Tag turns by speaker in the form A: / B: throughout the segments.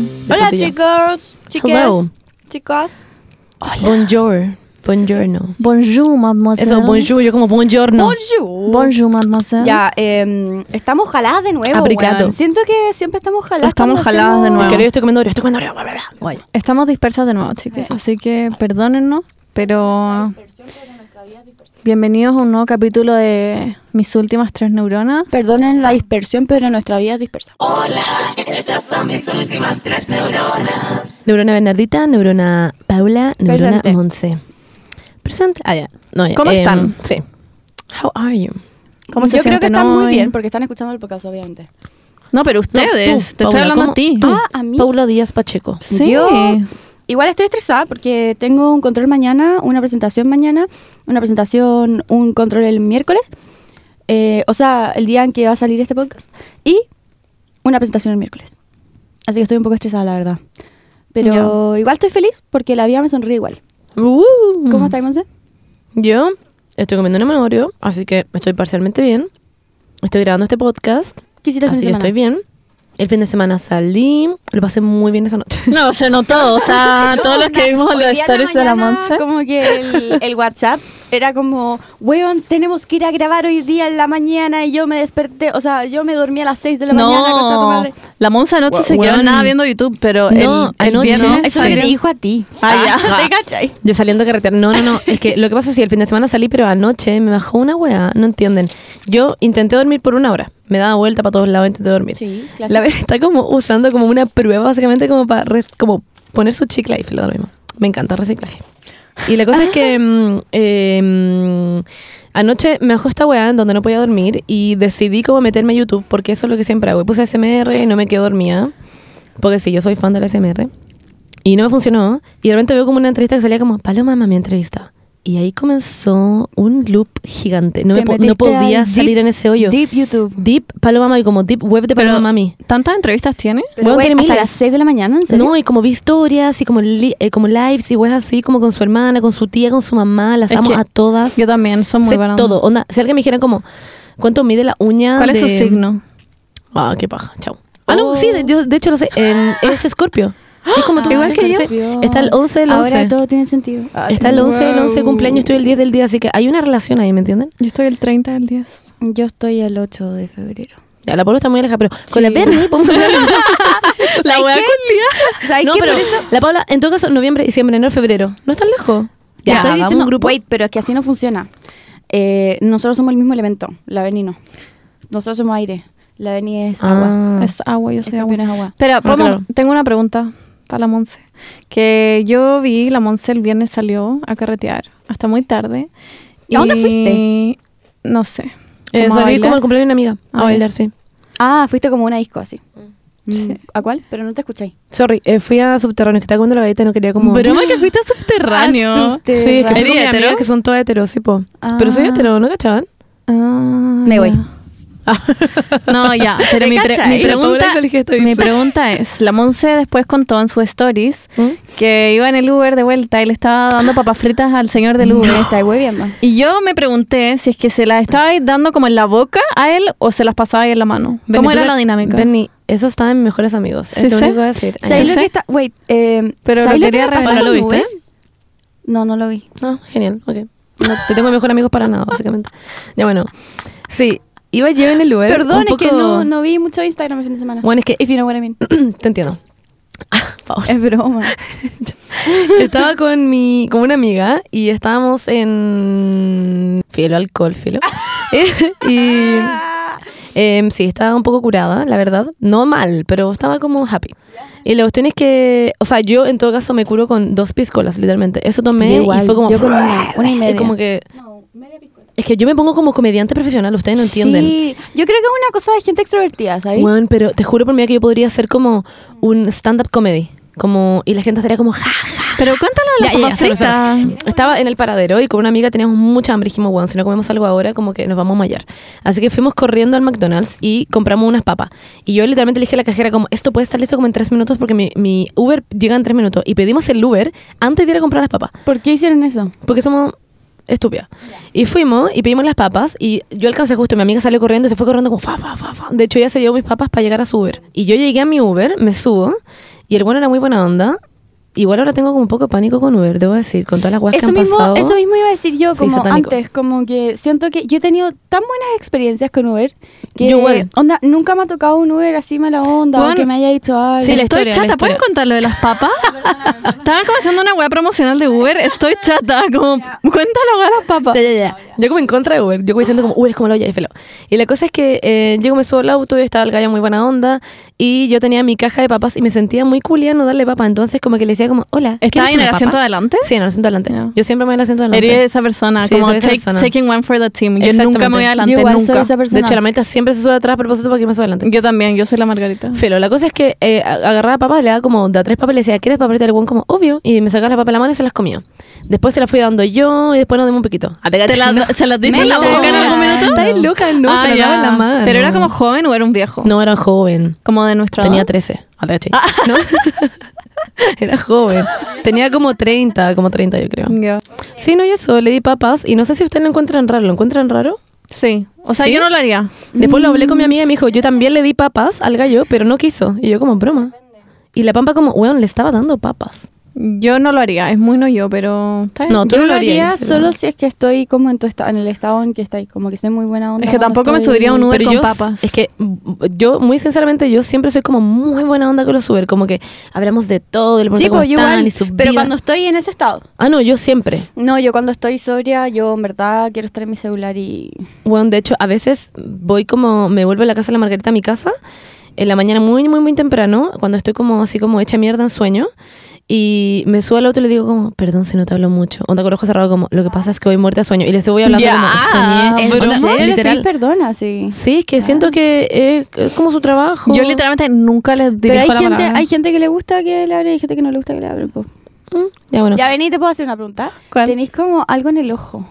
A: Hola
B: Zapatilla.
A: chicos, chicas,
B: Hello.
A: chicas.
C: Bonjour. Buongiorno.
D: Bonjour, mademoiselle.
C: Eso, bonjour, yo como buongiorno.
A: Bonjour.
D: Bonjour, mademoiselle.
A: Ya, eh, estamos jaladas de nuevo.
C: Abrigado.
A: weón. Siento que siempre estamos jaladas.
B: Estamos
A: cuando
B: jaladas de
A: hacemos-
B: nuevo.
C: Es que ahora yo estoy comiendo Oreo, estoy comiendo Oreo. bla, bla, bla. Guay.
B: Estamos dispersas de nuevo, chicas. Así que perdónennos, pero. Bienvenidos a un nuevo capítulo de Mis últimas tres neuronas.
A: Perdonen la dispersión, pero nuestra vida es dispersa.
C: Neurona Bernardita, neurona Paula, neurona
A: Presente.
C: Monse. Presente. Ah, ya. No, ya.
B: ¿Cómo están?
C: Sí. How are you?
B: ¿Cómo se
A: Yo creo que
B: sienten
A: están muy
B: hoy?
A: bien porque están escuchando el podcast, obviamente.
B: No, pero ustedes.
C: tú,
B: te estoy
C: Paula,
B: hablando
C: ¿cómo?
B: a ti.
C: Tú.
A: Ah, a mí.
C: Paula Díaz Pacheco.
B: Sí.
A: Yo igual estoy estresada porque tengo un control mañana, una presentación mañana, una presentación, un control el miércoles, eh, o sea, el día en que va a salir este podcast, y una presentación el miércoles. Así que estoy un poco estresada, la verdad. Pero igual estoy feliz porque la vida me sonríe igual.
C: Uh.
A: ¿Cómo estáis, Monse?
C: Yo estoy comiendo un Oreo, así que estoy parcialmente bien. Estoy grabando este podcast,
A: ¿Qué hiciste el fin
C: así
A: de
C: que
A: semana?
C: estoy bien. El fin de semana salí, lo pasé muy bien esa noche.
B: No, se notó. O sea, todos los que vimos
A: Hoy
B: los
A: día en
B: stories de la
A: mañana,
B: Monse.
A: Como que el, el WhatsApp era como, weón, tenemos que ir a grabar hoy día en la mañana y yo me desperté, o sea, yo me dormí a las 6 de la mañana, concha tu madre.
B: la Monza anoche
C: Gua-
B: se quedó
C: weón.
B: nada viendo YouTube, pero
C: No,
B: el, el
C: anoche
B: viernes
A: Eso
C: Sí.
A: que te
B: salió-
A: dijo a ti.
B: Ah, ya.
A: ¿Te cachai?
C: Yo saliendo a carretera. No, no, no. Es que lo que pasa es que el fin de semana salí, pero anoche me bajó una weá. No entienden. Yo intenté dormir por una hora. Me daba vuelta para todos lados, intenté dormir.
A: Sí, clásico.
C: la vez está como usando como una prueba, básicamente como para re- como poner su chicle ahí, filo, lo mismo. Me encanta el reciclaje. Y la cosa es que mm, eh, mm, anoche me bajó esta weá en donde no podía dormir y decidí como meterme a YouTube, porque eso es lo que siempre hago. Y Puse SMR y no me quedo dormida, porque sí, yo soy fan de la SMR. Y no me funcionó. Y de repente veo como una entrevista que salía como, Paloma, me entrevista. Y ahí comenzó un loop gigante. No, me
A: Te
C: po- no
A: metiste
C: podía
A: al deep-
C: salir en ese hoyo.
A: Deep YouTube.
C: Deep Paloma Mami, como Deep Web de Paloma
B: Pero,
C: Mami.
B: ¿Tantas entrevistas tiene?
A: Pero,
C: Weón,
A: güey,
C: tiene
A: hasta
C: miles.
A: las 6 de la mañana, ¿en serio?
C: No, y como vi historias y como, li- eh, como lives y weas así, como con su hermana, con su tía, con su mamá, las
B: Es
C: amo
B: que
C: a todas.
B: Yo también, son muy
C: Sé
B: buenas.
C: todo. Onda, si alguien me dijera como, ¿cuánto mide la uña?
B: ¿Cuál es su
C: de-
B: signo?
C: Ah, qué paja, chao. Ah, no, sí, de, yo, de hecho lo sé. En- es Scorpio. Es como tú.
A: Oh. Igual que yo.
C: Sí. Está el 11 del 11.
A: Ahora todo tiene sentido. Ah,
C: Está el 11 del 11 cumpleaños, estoy el 10 del día, así que hay una relación ahí, ¿me entienden?
B: Yo estoy el 30 del 10.
A: Yo estoy el 8 de febrero.
C: Ya, la Polo está muy alejada, pero con la
A: Sí.
C: Bernie podemos hacer algo.
A: ¿Sabes
B: wea
A: qué? ¿Sabes
C: No,
A: qué?
C: pero
A: Por eso-
C: la Paula, en todo caso, noviembre, diciembre, enero, febrero. No es tan lejos.
A: Ya,
C: hagamos
A: estoy
C: un
A: diciendo,
C: grupo.
A: wait, pero es que así no funciona. Eh, nosotros somos el mismo elemento, la Beni no. Nosotros somos aire, la Beni es agua.
C: Ah.
B: Es agua, yo
A: Es
B: soy agua. Ah,
A: campeona es agua.
B: Espera, ¿podemos-
C: claro.
B: tengo una pregunta para la Monse. Que yo vi, la Monse el viernes salió a carretear hasta muy tarde.
A: ¿A dónde
B: Y-
A: fuiste?
B: No sé.
C: Eh,
B: ¿Cómo a
C: salí
B: bailar?
C: como el cumpleaños de una amiga a
B: Ah,
C: bailar, sí.
A: Ah, fuiste como una disco así. Mm,
B: Sí.
A: ¿A cuál? Pero no te escucháis.
C: Sorry, eh, fui a subterráneos, que estaba comiendo la galleta y no quería como.
B: Broma que fuiste a subterráneo.
C: Sí, es que fui
B: ¿Eres
C: con mis
B: hetero?
C: amigas que son todas heteros, sí, po.
A: Ah.
C: Pero soy hetero, ¿no cachaban?
B: Ah,
A: Me voy.
C: Ah.
B: No, ya. Pero
A: ¿Te
B: mi, pre-
A: cachai?
B: mi
C: Pero Paula
B: pregunta,
C: se eligió esto,
B: mi
C: dice.
B: pregunta es, la Monse después contó en sus stories
C: ¿Mm?
B: que iba en el Uber de vuelta y le estaba dando papas fritas al señor del Uber. este
A: Me estáis hueviando.
B: Y yo me pregunté si es que se las estaba dando como en la boca a él o se las pasaba ahí en la mano.
C: Benny,
B: ¿Cómo
C: tú
B: era
C: me-
B: la dinámica?
C: Benny, eso estaba en mis mejores amigos.
B: Sí,
C: es lo
B: sí.
C: único que voy a decir.
B: Sí,
A: ¿Sabéis lo
B: sí, sí.
A: que está? Wait, eh,
B: Pero
A: ¿sabéis
B: lo
A: que
B: quería
A: me pasó
B: revelar.
A: con
C: ¿Lo viste?
A: Uber? No, no lo vi.
C: Ah, genial, ok. No te tengo mejor amigos para nada, básicamente. Ya bueno. Sí, iba yo en el lugar.
A: Perdón,
C: un poco...
A: es que no, no vi mucho Instagram el fin de semana.
C: Bueno, es que
A: If you know what I mean.
C: te entiendo. Ah, por favor.
A: Es broma.
C: Estaba con mi con una amiga y estábamos en filo alcohol, filo. y em, sí, estaba un poco curada, la verdad. No mal, pero estaba como happy. Y la cuestión es que, o sea, yo en todo caso me curo con dos piscolas, literalmente. Eso tomé
A: Yo igual,
C: y fue como
A: yo con una, una y media.
C: como que Es que yo me pongo como comediante profesional, ustedes no entienden.
A: Sí, yo creo que es una cosa de gente extrovertida, ¿sabéis?
C: Weón, pero te juro por mí que yo podría hacer como un stand-up comedy. Como, y la gente estaría como, ja, ja,
B: Pero cuéntalo de las
C: Ya, ya,
B: papas
C: ya, sorry,
B: fritas.
C: sorry. Estaba en el paradero y con una amiga teníamos mucha hambre. y Dijimos, bueno, si no comemos algo ahora, como que nos vamos a mallar. Así que fuimos corriendo al McDonald's y compramos unas papas. Y yo literalmente le dije a la cajera, como, esto puede estar listo como en tres minutos porque mi, mi Uber llega en tres minutos. Y pedimos el Uber antes de ir a comprar las papas.
A: ¿Por qué hicieron eso?
C: Porque somos estúpida. Y fuimos y pedimos las papas y yo alcancé justo, mi amiga salió corriendo y se fue corriendo como fa, fa, fa, fa. De hecho, ella se llevó mis papas para llegar a su Uber. Y yo llegué a mi Uber, me subo y el bueno era muy buena onda. Igual ahora tengo como un poco de pánico con Uber, debo decir, con todas las guas que
A: Eso
C: han
A: mismo,
C: pasado.
A: eso mismo iba a decir yo,
C: Sí,
A: como
C: satánico.
A: antes, como que siento que yo he tenido tan buenas experiencias con Uber que
C: Yo igual.
A: onda, nunca me ha tocado un Uber así mala onda o
B: Bueno,
A: que me haya dicho algo.
C: Sí,
B: Estoy
C: la historia, la
B: chata,
C: historia.
B: ¿pueden contar lo de las papas? Estaban como haciendo una weá promocional de Uber, estoy chata, como cuenta la weá de las papas.
C: Ya, ya, ya. Yo como en contra de Uber. Yo como diciendo como, Uber es como la olla de filo. Y la cosa es que eh, yo me subo al auto y estaba el gallo muy buena onda. Y yo tenía mi caja de papas y me sentía muy culia no darle papa. Entonces como que le decía como, hola,
B: ¿Estaba en
C: ¿quieres una
B: el
C: papa?
B: asiento de adelante?
C: Sí, en el asiento de adelante.
B: Ya.
C: Yo siempre me voy en el asiento de adelante.
B: Eres esa persona,
C: Sí,
B: como
C: soy esa
B: take-
C: persona.
B: taking one for the team. Yo nunca me voy
C: Exactamente.
B: adelante,
A: Yo igual
B: nunca.
A: soy esa persona.
C: De hecho, la maleta siempre se sube atrás, pero vosotros para que me sube adelante.
B: Yo también, yo soy la Margarita.
C: Filo, la cosa es que eh, a- agarraba papas, le daba como de a tres papas, le decía, ¿quieres papelita al buen? Como, obvio. Y me sacaba la papa de la mano y se las comía. Después se las fui dando yo y después nos dimos un piquito. Ah,
B: ¿Te la- ¿Se las diste en la
A: Mentira.
B: boca en algún minuto?
C: Estás loca, no,
B: Ah,
C: se las
B: ya.
C: daba en la mano.
B: ¿Pero era como joven o era un viejo?
C: No, era joven.
B: Como de nuestra
C: Tenía
B: edad?
C: 13. Ah, te caché. No. Era joven. Tenía como 30, como 30 yo creo.
A: Mm.
B: Ya.
C: Sí, no, y eso, le di papas. Y no sé si ustedes lo encuentran raro. ¿Lo encuentran raro?
B: Sí. O sea,
C: ¿Sí?
B: yo no lo haría.
C: Después lo hablé
A: Mm.
C: con mi amiga y me dijo, yo también le di papas al gallo, pero no quiso. Y yo como, broma. Y la pampa como, weón, le estaba dando papas.
B: Yo no lo haría. Es muy no yo, pero... está bien.
C: No, tú
A: yo
C: no
A: lo
C: lo
A: haría
C: harías. sí,
A: solo
C: no.
A: si es que estoy como en, tu esta- en el estado en que estoy, como que estoy muy buena onda.
B: Es que
A: cuando
B: tampoco me
A: estoy-
B: subiría a un Uber
C: Pero
B: con
C: yo,
B: papas.
C: Es que mm, yo, muy sinceramente, yo siempre soy como muy buena onda con los Uber. Como que hablamos de todo, del
A: Sí,
C: cómo
A: pues yo
C: están
A: igual,
C: y su
A: pero
C: vida.
A: cuando estoy en ese estado.
C: Ah, no, yo siempre.
A: No, yo cuando estoy sobria, yo en verdad quiero estar en mi celular y...
C: Bueno, de hecho, a veces voy como, me vuelvo a la casa de la Margarita a mi casa, en la mañana muy, muy, muy temprano, cuando estoy como así como hecha mierda en sueño, y me subo al otro y le digo como, perdón si no te hablo mucho, onda con los ojos cerrados como, lo que pasa es que voy muerta de sueño, y les voy hablando
B: Ya, ah,
C: como, soñé,
B: ¿en
C: onda,
B: serio?
C: literal.
A: perdona, sí.
C: Sí, es que siento que eh, es como su trabajo.
B: Yo literalmente nunca les
A: Pero
B: dirijo
A: hay
B: la
A: gente,
B: palabra. ¿eh?
A: hay gente que le gusta que le hablen y gente que no le gusta que le hablen. pues. po.
C: Mm, Ya bueno.
A: Ya vení, te puedo hacer una pregunta.
B: ¿Cuál?
A: Tenéis como algo en el ojo.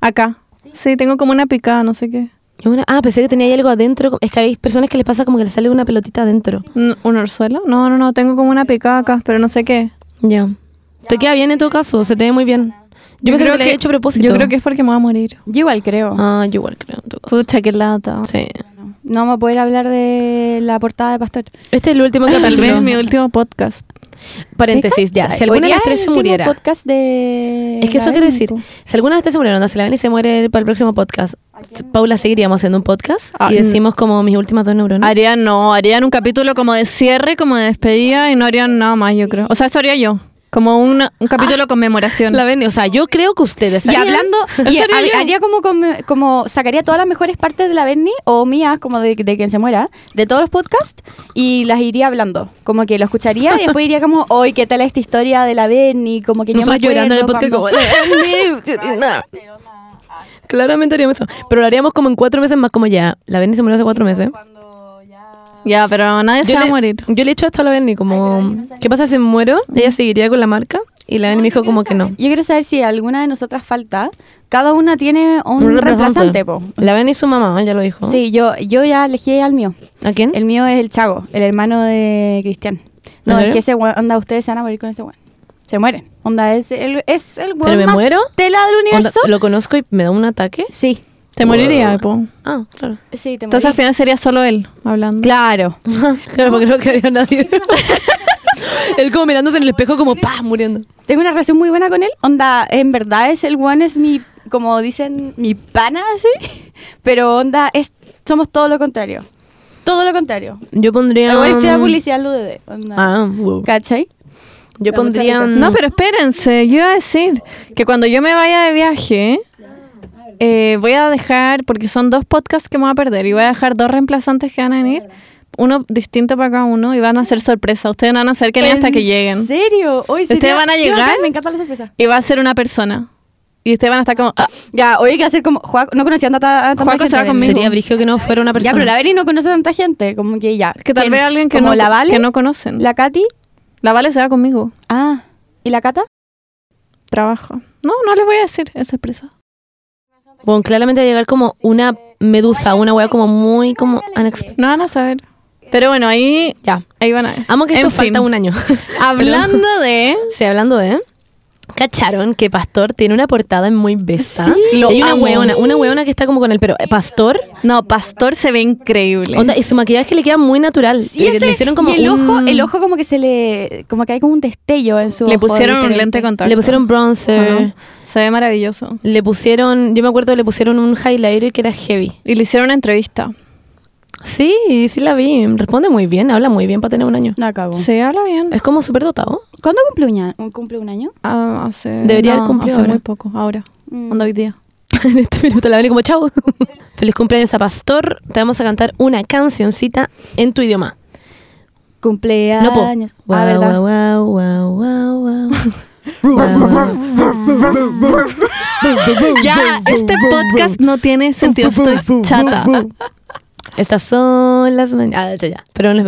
B: Acá. Sí, tengo como una picada, no sé qué.
C: Y una- ah, pensé que tenía ahí algo adentro, es que hay personas que les pasa como que les sale una pelotita adentro.
B: N- ¿Un orzuelo? No, no, no, tengo como una picada acá, pero no sé qué.
C: Ya. Te queda bien en todo caso, se te ve muy bien. Yo, pensé que, te lo había hecho a propósito.
B: Yo creo que es porque me voy a morir.
A: Yo igual creo.
C: Ah, yo igual creo en todo caso.
B: Pucha, qué lata.
C: Sí.
A: No vamos a poder hablar de la portada de Pastor.
C: Este es el último
B: Tal vez
C: capítulo.
B: mi último podcast.
C: Paréntesis, ya. Si alguna de las tres se muriera.
A: podcast de...
C: Es que eso
A: la
C: quiere
A: Belén,
C: decir,
A: po.
C: si alguna de las tres se muriera, no, si la Belén se muere para el próximo podcast, Paula seguiríamos haciendo un podcast
B: Ah,
C: y decimos como mis últimas dos neuronas.
B: Harían, no, harían un capítulo como de cierre, como de despedida y no harían nada más, yo creo. O sea, eso haría yo. Como una- un capítulo conmemoración.
C: La Belén, o sea, yo creo que ustedes. ¿eh?
A: Y
C: harían-
A: hablando, y
B: Sería
A: hab-
B: yo.
A: haría como, como, como sacaría todas las mejores partes de la Bernie o mías, como de, de quien se muera, de todos los podcasts y las iría hablando. Como que lo escucharía y después iría como, hoy qué tal esta historia de la Bernie, como que
C: Nosotros
A: yo me
C: llorando en el
A: acuerdo
C: podcast
A: cuando-
C: como. No. Claramente haríamos eso. Pero lo haríamos como en cuatro meses más, como ya. La Belén se murió hace cuatro meses.
B: Ya, pero nadie se va a
C: le-
B: morir.
C: Yo le he hecho hasta a la Belén y como, ¿qué pasa si me muero? Ella seguiría con la marca y la Belén me dijo como que no.
A: Yo quiero saber si alguna de nosotras falta. Cada una tiene un, reemplazante, po.
C: La ven y su mamá, ya lo dijo.
A: Sí, yo, yo ya elegí al mío.
C: ¿A quién?
A: El mío es el Chago, el hermano de Cristian. No,
C: ¿En
A: es
C: serio?
A: que ese weón, onda, ustedes se van a morir con ese weón. Se mueren. Onda, es el, es el weón
C: ¿Pero me
A: más
C: muero?
A: tela del
C: Onda,
A: universo.
C: lo conozco y me da un ataque.
A: Sí,
B: Te moriría, po.
C: Ah, claro.
A: sí, te
B: Entonces al final sería solo él hablando.
A: Claro.
C: claro, porque no quedaría nadie. Él como mirándose en el espejo como ¡pah! muriendo.
A: Tengo una relación muy buena con él. Onda, en verdad es el weón, es mi, como dicen, mi pana, así. Pero onda, es, somos todo lo contrario. Todo lo contrario.
C: Yo pondría...
A: Igual estudia publicidad en la UDD. Onda.
C: Ah, wow.
A: ¿Cachai? Da
C: Yo
A: mucha
C: pondría...
A: risa.
C: un-
B: No, pero espérense, yo iba a decir que cuando yo me vaya de viaje, eh, voy a dejar, porque son dos podcasts que me voy a perder, y voy a dejar dos reemplazantes que van a venir, uno distinto para cada uno, y van a ser sorpresa. Ustedes no van a saber quién es hasta que
A: ¿En
B: lleguen.
A: serio? Hoy
B: ¿Ustedes
A: sería-
B: van a
A: qué
B: llegar?
A: bacán, Me encanta la sorpresa.
B: Y va a ser una persona. Y ustedes van a estar como, ah,
A: Ya, hoy hay que hacer como. Juaco, no conocía a tanta, a tanta
B: Juaco se va
A: gente.
B: conmigo.
C: Sería brigio que no fuera una persona.
A: Ya, pero la Veri no conoce a tanta gente. Como que ya.
B: que tal
A: ¿Quién?
B: vez alguien que
A: Como
B: no,
A: la Vale,
B: que no conocen. La,
A: la Katy.
B: Vale se va conmigo,
A: Ah, ¿y la Cata?
B: trabajo. No, no les voy a decir, es sorpresa.
C: Bueno, claramente va a llegar como una medusa, una wea como muy como... unex-
B: No van a saber. Pero bueno, ahí,
C: Ya.
B: ahí van a ver.
C: Amo que esto
B: En fin.
C: falta un año.
B: Hablando de...
C: Sí, hablando de... ¿Cacharon que Pastor tiene una portada muy besta?
A: Sí, lo
C: Hay una
A: amo.
C: hueona, una hueona que está como con el pero. eh, Pastor,
B: No, Pastor se ve increíble.
C: onda, y su maquillaje le queda muy natural.
A: Sí,
C: le, le
A: ese-
C: hicieron como
A: y el
C: un-
A: ojo, el ojo como que se le, como que hay como un destello en su
B: le
A: ojo
B: pusieron un
A: diferente.
B: lente de contacto.
C: Le pusieron bronzer.
B: Ajá. Se ve maravilloso.
C: Le pusieron, yo me acuerdo, le pusieron un highlighter que era heavy.
B: Y le hicieron una entrevista.
C: Sí, sí la vi. Responde muy bien, habla muy bien para tener un año.
A: No acabo.
B: Se habla bien.
C: Es como súper dotado.
A: ¿Cuándo cumple un, año? ¿Cumple un año?
B: Ah, hace,
C: Debería haber cumplido
B: hace
C: ahora.
B: muy poco, ahora.
A: Mm.
B: Onda hoy día.
C: en este minuto la ven como chau. Feliz cumpleaños a Pastor. Te vamos a cantar una cancioncita en tu idioma.
A: Cumpleaños.
C: No, po.
A: Ah, ¿verdad?
C: Guau, guau, guau, guau, guau, guau. Guau, guau.
B: Ya, este podcast no tiene sentido. Estoy chata.
C: Estas son las mañanas. Ah, ya, ya. Pero no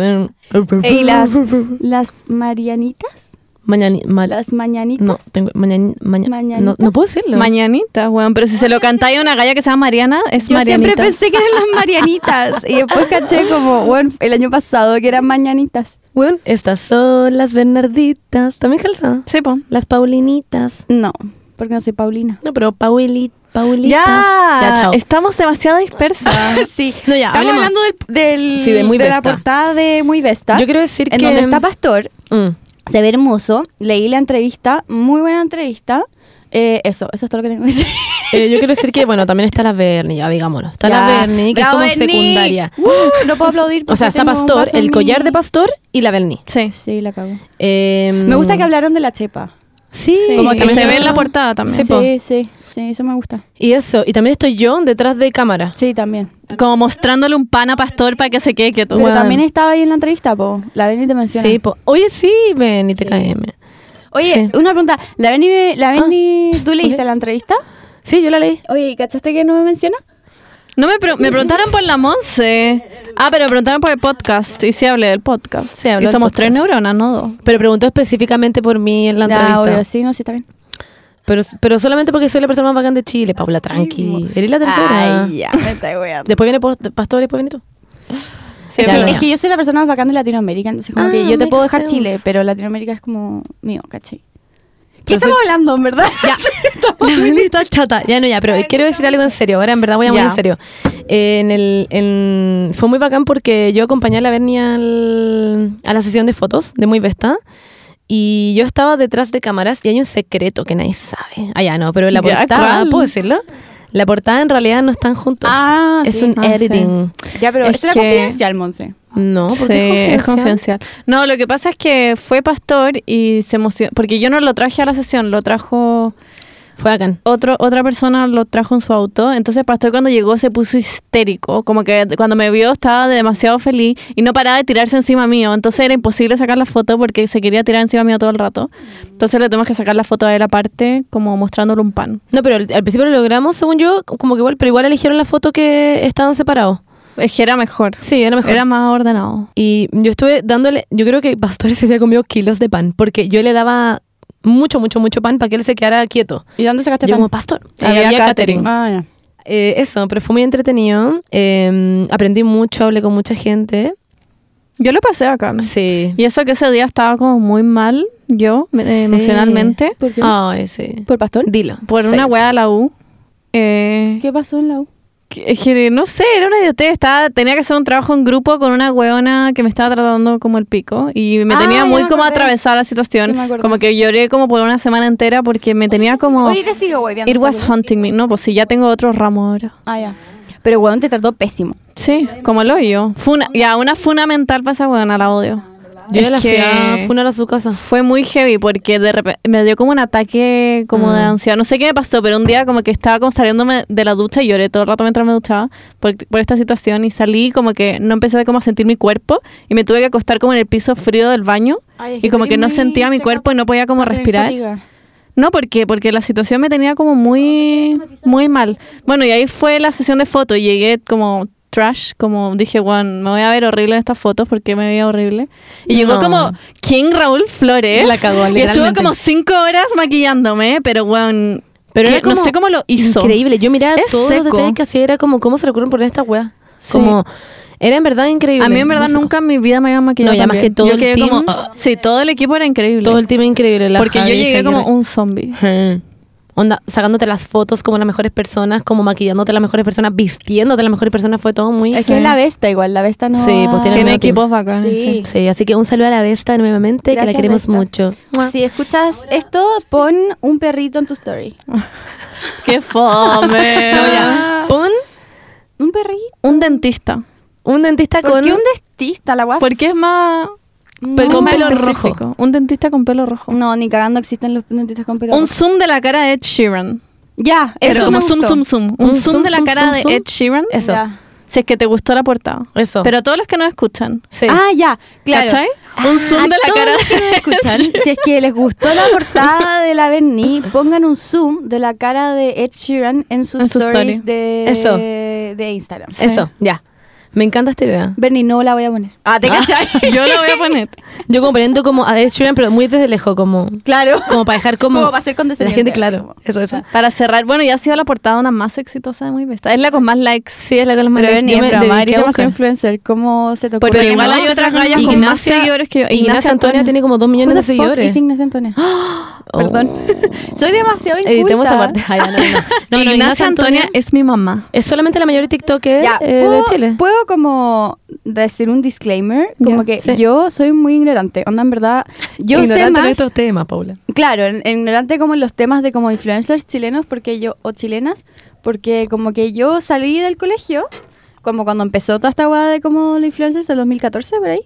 C: les-
A: Ey, las, las marianitas.
C: Mañani- ma-
A: Las mañanitas.
C: No, tengo. Mañani, maña-
A: Mañanitas.
C: no, no puedo decirlo.
B: Mañanita, weón. Pero si se lo cantáis a una galla que se llama Mariana, es
A: Yo
B: Marianita.
A: siempre pensé que eran las marianitas. y después caché como, bueno, el año pasado que eran mañanitas.
C: Weón, estas son las Bernarditas. También calza.
B: Sí, po.
C: Las Paulinitas.
A: No, porque no soy Paulina.
C: No, pero Pauli, Paulitas.
B: Ya,
C: ya chao.
B: estamos demasiado dispersas.
A: sí.
C: No, ya,
A: Estamos
C: hablemos.
A: hablando del, del-
C: Ah. Sí, de muy
A: la
C: besta.
A: portada de Muy Besta.
C: Yo quiero decir
A: en
C: que-
A: donde está Pastor,
C: Mm.
A: se ve hermoso. Leí la entrevista, muy buena entrevista. Eh, eso, eso es todo lo que tengo que decir.
C: Eh, yo quiero decir que, bueno, también está la Bernie, ya digámoslo. Está
A: Ya.
C: la Bernie, que
A: ¡Bravo,
C: es como
A: Berni!
C: secundaria.
A: Uh, no puedo aplaudir.
C: O sea, está Pastor, el collar de Pastor y la Bernie.
B: Sí.
A: Sí, la cago.
C: Eh,
A: Me gusta que hablaron de la chepa.
C: Sí,
B: Como que
C: también
B: se ve
C: está
B: en
C: Pastor.
B: la portada también.
C: Sí, po.
A: sí, sí, sí, eso me gusta.
C: Y eso, y también estoy yo detrás de cámara.
A: Sí, también.
B: Como mostrándole un pan a Pastor para que se quede quieto.
A: Pero
C: Bueno.
A: también estaba ahí en la entrevista, po. La Berni te menciona.
C: Sí, po. Oye, sí, Bernie, TKM.
A: Oye,
C: Sí. Ah.
A: una pregunta. La Berni, la Berni ¿tú leíste
C: ok.
A: la entrevista?
C: Sí, yo la leí.
A: Oye, ¿y ¿cachaste que no me menciona?
B: No me, pre- me preguntaron por la Monse. Ah, pero me preguntaron por el podcast. Y sí hablé del podcast.
C: Sí, habló
B: y
C: del
B: somos
C: podcast.
B: tres neuronas, no dos.
C: Pero preguntó específicamente por mí en la
A: Ya, obvio,
C: entrevista.
A: sí, no, sí, está bien.
C: Pero, pero solamente porque soy la persona más bacán de Chile, Paula, tranqui. Eres la tercera.
A: Ay, ya, me está weando.
C: Después viene Post- Pastor, después viene tú.
B: Sí,
A: Es
C: Ya,
A: que-
C: lo
A: es
C: ya.
A: que yo soy la persona más bacán de Latinoamérica, entonces como
C: Ah,
A: que yo te
C: makes
A: puedo dejar
C: sense.
A: Chile, pero Latinoamérica es como mío, ¿cachai? ¿Qué
C: Pero
A: estamos
C: soy-
A: hablando, en verdad?
C: Ya, la Berni está chata. Ya no, ya, pero quiero decir algo en serio. Ahora en verdad voy a muy
B: Ya.
C: en serio. Eh, en el, en- fue muy bacán porque yo acompañé a la Berni al- a la sesión de fotos de Muy Vesta. Y yo estaba detrás de cámaras y hay un secreto que nadie sabe. Ah, ya no, pero la
B: Ya,
C: portada,
B: ¿cuál?
C: ¿puedo decirlo? La portada en realidad no están juntos.
A: Ah,
C: es
A: sí.
C: un
B: Ah, sí.
C: editing.
A: Ya, pero
B: Es
A: eso era
B: que-
A: confidencial, Monse.
C: No,
B: Sí,
C: porque
B: es confidencial. No, lo que pasa es que fue Pastor y se emocionó. Porque yo no lo traje a la sesión, lo trajo.
C: Fue bacán.
B: otro, otra persona lo trajo en su auto. Entonces Pastor cuando llegó se puso histérico. Como que cuando me vio estaba demasiado feliz y no paraba de tirarse encima mío. Entonces era imposible sacar la foto porque se quería tirar encima mío todo el rato. Entonces le tuvimos que sacar la foto a él aparte como mostrándole un pan.
C: No, pero al, al principio lo logramos, según yo, como que igual, pero igual eligieron la foto que estaban separados.
B: Es que era mejor.
C: Sí, era mejor.
B: Era más ordenado.
C: Y yo estuve dándole, yo creo que Pastor ese día comió kilos de pan, porque yo le daba mucho, mucho, mucho pan para que él se quedara quieto.
A: ¿Y dónde sacaste
C: yo
A: pan?
C: como Pastor. Eh,
B: Este Había catering.
A: Ah, ya.
C: Eh, eso, pero fue muy entretenido. Eh, aprendí mucho, hablé con mucha gente.
B: Yo lo pasé acá.
C: Sí.
B: Y eso que ese día estaba como muy mal yo me- eh,
C: Sí.
B: emocionalmente
A: ¿Por qué?
C: eh, Ay, sí.
A: ¿Por pastor?
C: Dilo.
B: por
C: Sí.
B: una weá de la U. Eh,
A: ¿Qué pasó en la U?
B: que- que no sé, era una idiotez. Estaba, tenía que hacer un trabajo en grupo con una weona que me estaba tratando como el pico y me
A: Ah, ya
B: tenía muy
A: me
B: como
A: acordé.
B: atravesada la situación.
A: Sí, me acuerdo.
B: como que lloré como por una semana entera porque me tenía como...
A: Oye, te sigo, güey.
B: It was hunting me. No, pues sí, ya tengo otro ramo ahora.
A: Ah, ya. Pero weón te trató pésimo.
B: Sí, como lo yo. Funa, ya, una funa mental para esa weona, la odio.
C: Yo ya
B: Es
C: la fui
B: que-
C: a funar a su casa.
B: Fue muy heavy porque de repente me dio como un ataque como de
A: Mm.
C: Ah.
B: ansiedad. No sé qué me pasó, pero un día como que estaba como saliéndome de la ducha y lloré todo el rato mientras me duchaba por, por esta situación y salí como que no empecé como a sentir mi cuerpo y me tuve que acostar como en el piso frío del baño
A: Ay, es
B: y
A: que
B: como
A: tú
B: que
A: eres
B: no
A: muy
B: sentía mi
A: seca
B: cuerpo y no podía como
A: para tener
B: respirar.
A: fatiga.
B: No, ¿por qué? Porque la situación me tenía como muy, muy mal. Bueno, y ahí fue la sesión de fotos. y Llegué como trash, como dije, Juan, me voy a ver horrible en estas fotos porque me veía horrible. Y llegó
C: No.
B: como King Raúl Flores.
C: La
B: Y
C: cagó,
B: estuvo
C: literalmente.
B: como cinco horas maquillándome, pero Juan,
C: Pero
B: que
C: era como
B: no sé cómo lo hizo.
C: Increíble. Yo miraba
B: Es
C: todos los
B: seco.
C: detalles que hacía, era como, ¿cómo se recurren por esta weá?
B: Sí.
C: Como, era en verdad increíble.
B: A mí en verdad
C: No sé,
B: nunca en mi vida me habían maquillado
C: No, y
B: tan
C: además
B: bien.
C: que todo
B: Yo
C: el
B: quedé
C: team-
B: como, "Ah". sí, todo el equipo era increíble.
C: Todo el tema increíble. la
B: Porque yo
C: Javi,
B: llegué
C: Shakira.
B: como un zombie.
C: Ujú. Onda, sacándote las fotos como las mejores personas, como maquillándote las mejores personas, vistiéndote las mejores personas, fue todo muy...
A: Es que es la Vesta igual, la Vesta no.
C: Sí, pues
B: Tiene
C: tiene medio team.
B: equipos bacanes.
A: Sí.
B: sí.
C: Sí, así que un saludo a la Vesta nuevamente, que
A: Gracias,
C: la queremos
A: Vesta.
C: mucho.
A: Si escuchas esto, pon un perrito en tu story.
B: ¡Qué fome!
C: No, ya. Pon
A: Ah. Un perrito.
B: Un dentista.
C: un dentista
A: ¿Por
C: con...
A: qué un dentista
C: Ah.
A: la guapa?
B: Porque es más...
C: Pero
B: es
C: con
B: más
C: pelo
B: específico.
C: rojo.
B: Un dentista con pelo rojo.
A: No, ni cagando existen los dentistas con pelo.
B: Un
A: rojo.
B: zoom de la cara de Ed Sheeran.
A: Ya,
B: Eso,
A: eso
B: como
A: me
B: zoom,
A: gustó.
B: zoom, zoom.
C: Un
B: Un, zoom,
C: zoom,
B: de la
C: zoom,
B: cara
C: zoom,
B: de
C: zoom.
B: Ed Sheeran.
C: Eso.
A: Ya.
B: Si es que te gustó la portada.
C: Eso.
B: Pero a todos los que no escuchan.
C: Sí. Ah,
A: Ah, ya, claro.
B: ¿Cachai? Un zoom
A: A
B: de la
A: todos
B: cara
A: los que nos
B: de
A: escuchan, si es que les gustó la portada de la Berni, pongan un zoom de la cara de Ed Sheeran en sus
B: En su
A: stories
B: story.
A: de,
C: Eso.
A: de Instagram.
C: Eso, ya. Me encanta esta idea.
A: Berni, no la voy a poner. Ah, te cachai.
B: Yo lo voy a poner.
C: Yo comprendo como a Ed Sheeran, pero muy desde lejos, como...
A: claro.
C: Como para dejar como...
A: Como para ser
C: La gente,
A: condescendiente.
C: claro. Eso, eso.
B: Para cerrar, bueno, ya ha sido la portada una más exitosa de Muy Besta. Es la con más likes.
C: Sí, es la que los
A: Pero
C: mandé.
A: Berni,
C: Yo me
A: es broma, eres
C: dediqué a
A: demasiado
C: buscar.
A: influencer. ¿Cómo se te ocurre?
B: Pero
A: que
B: igual
A: no?
B: hay otras gallas con más
C: Ignacia-
B: seguidores que yo.
C: Ignacia, Antonia tiene como dos millones
A: Who
C: de
A: the fuck
C: seguidores.
A: is Ignacia Antonia?
C: Oh.
A: Perdón. Soy demasiado inculta.
C: Editemos esa parte. Ay, ya, no, no. No, no,
B: Ignacia, Antonia, es mi mamá.
C: es solamente la mayor TikToker
A: Ya,
C: eh,
A: ¿puedo,
C: de Chile.
A: puedo como decir un disclaimer, como que
C: Sí.
A: yo soy muy ignorante, onda en verdad, yo sé
C: Ignorante en
A: más,
C: estos temas, Paula.
A: claro, en- en ignorante como en los temas de como influencers chilenos, porque yo o chilenas, porque como que yo salí del colegio, como cuando empezó toda esta guada de como los influencers en 2014 por ahí.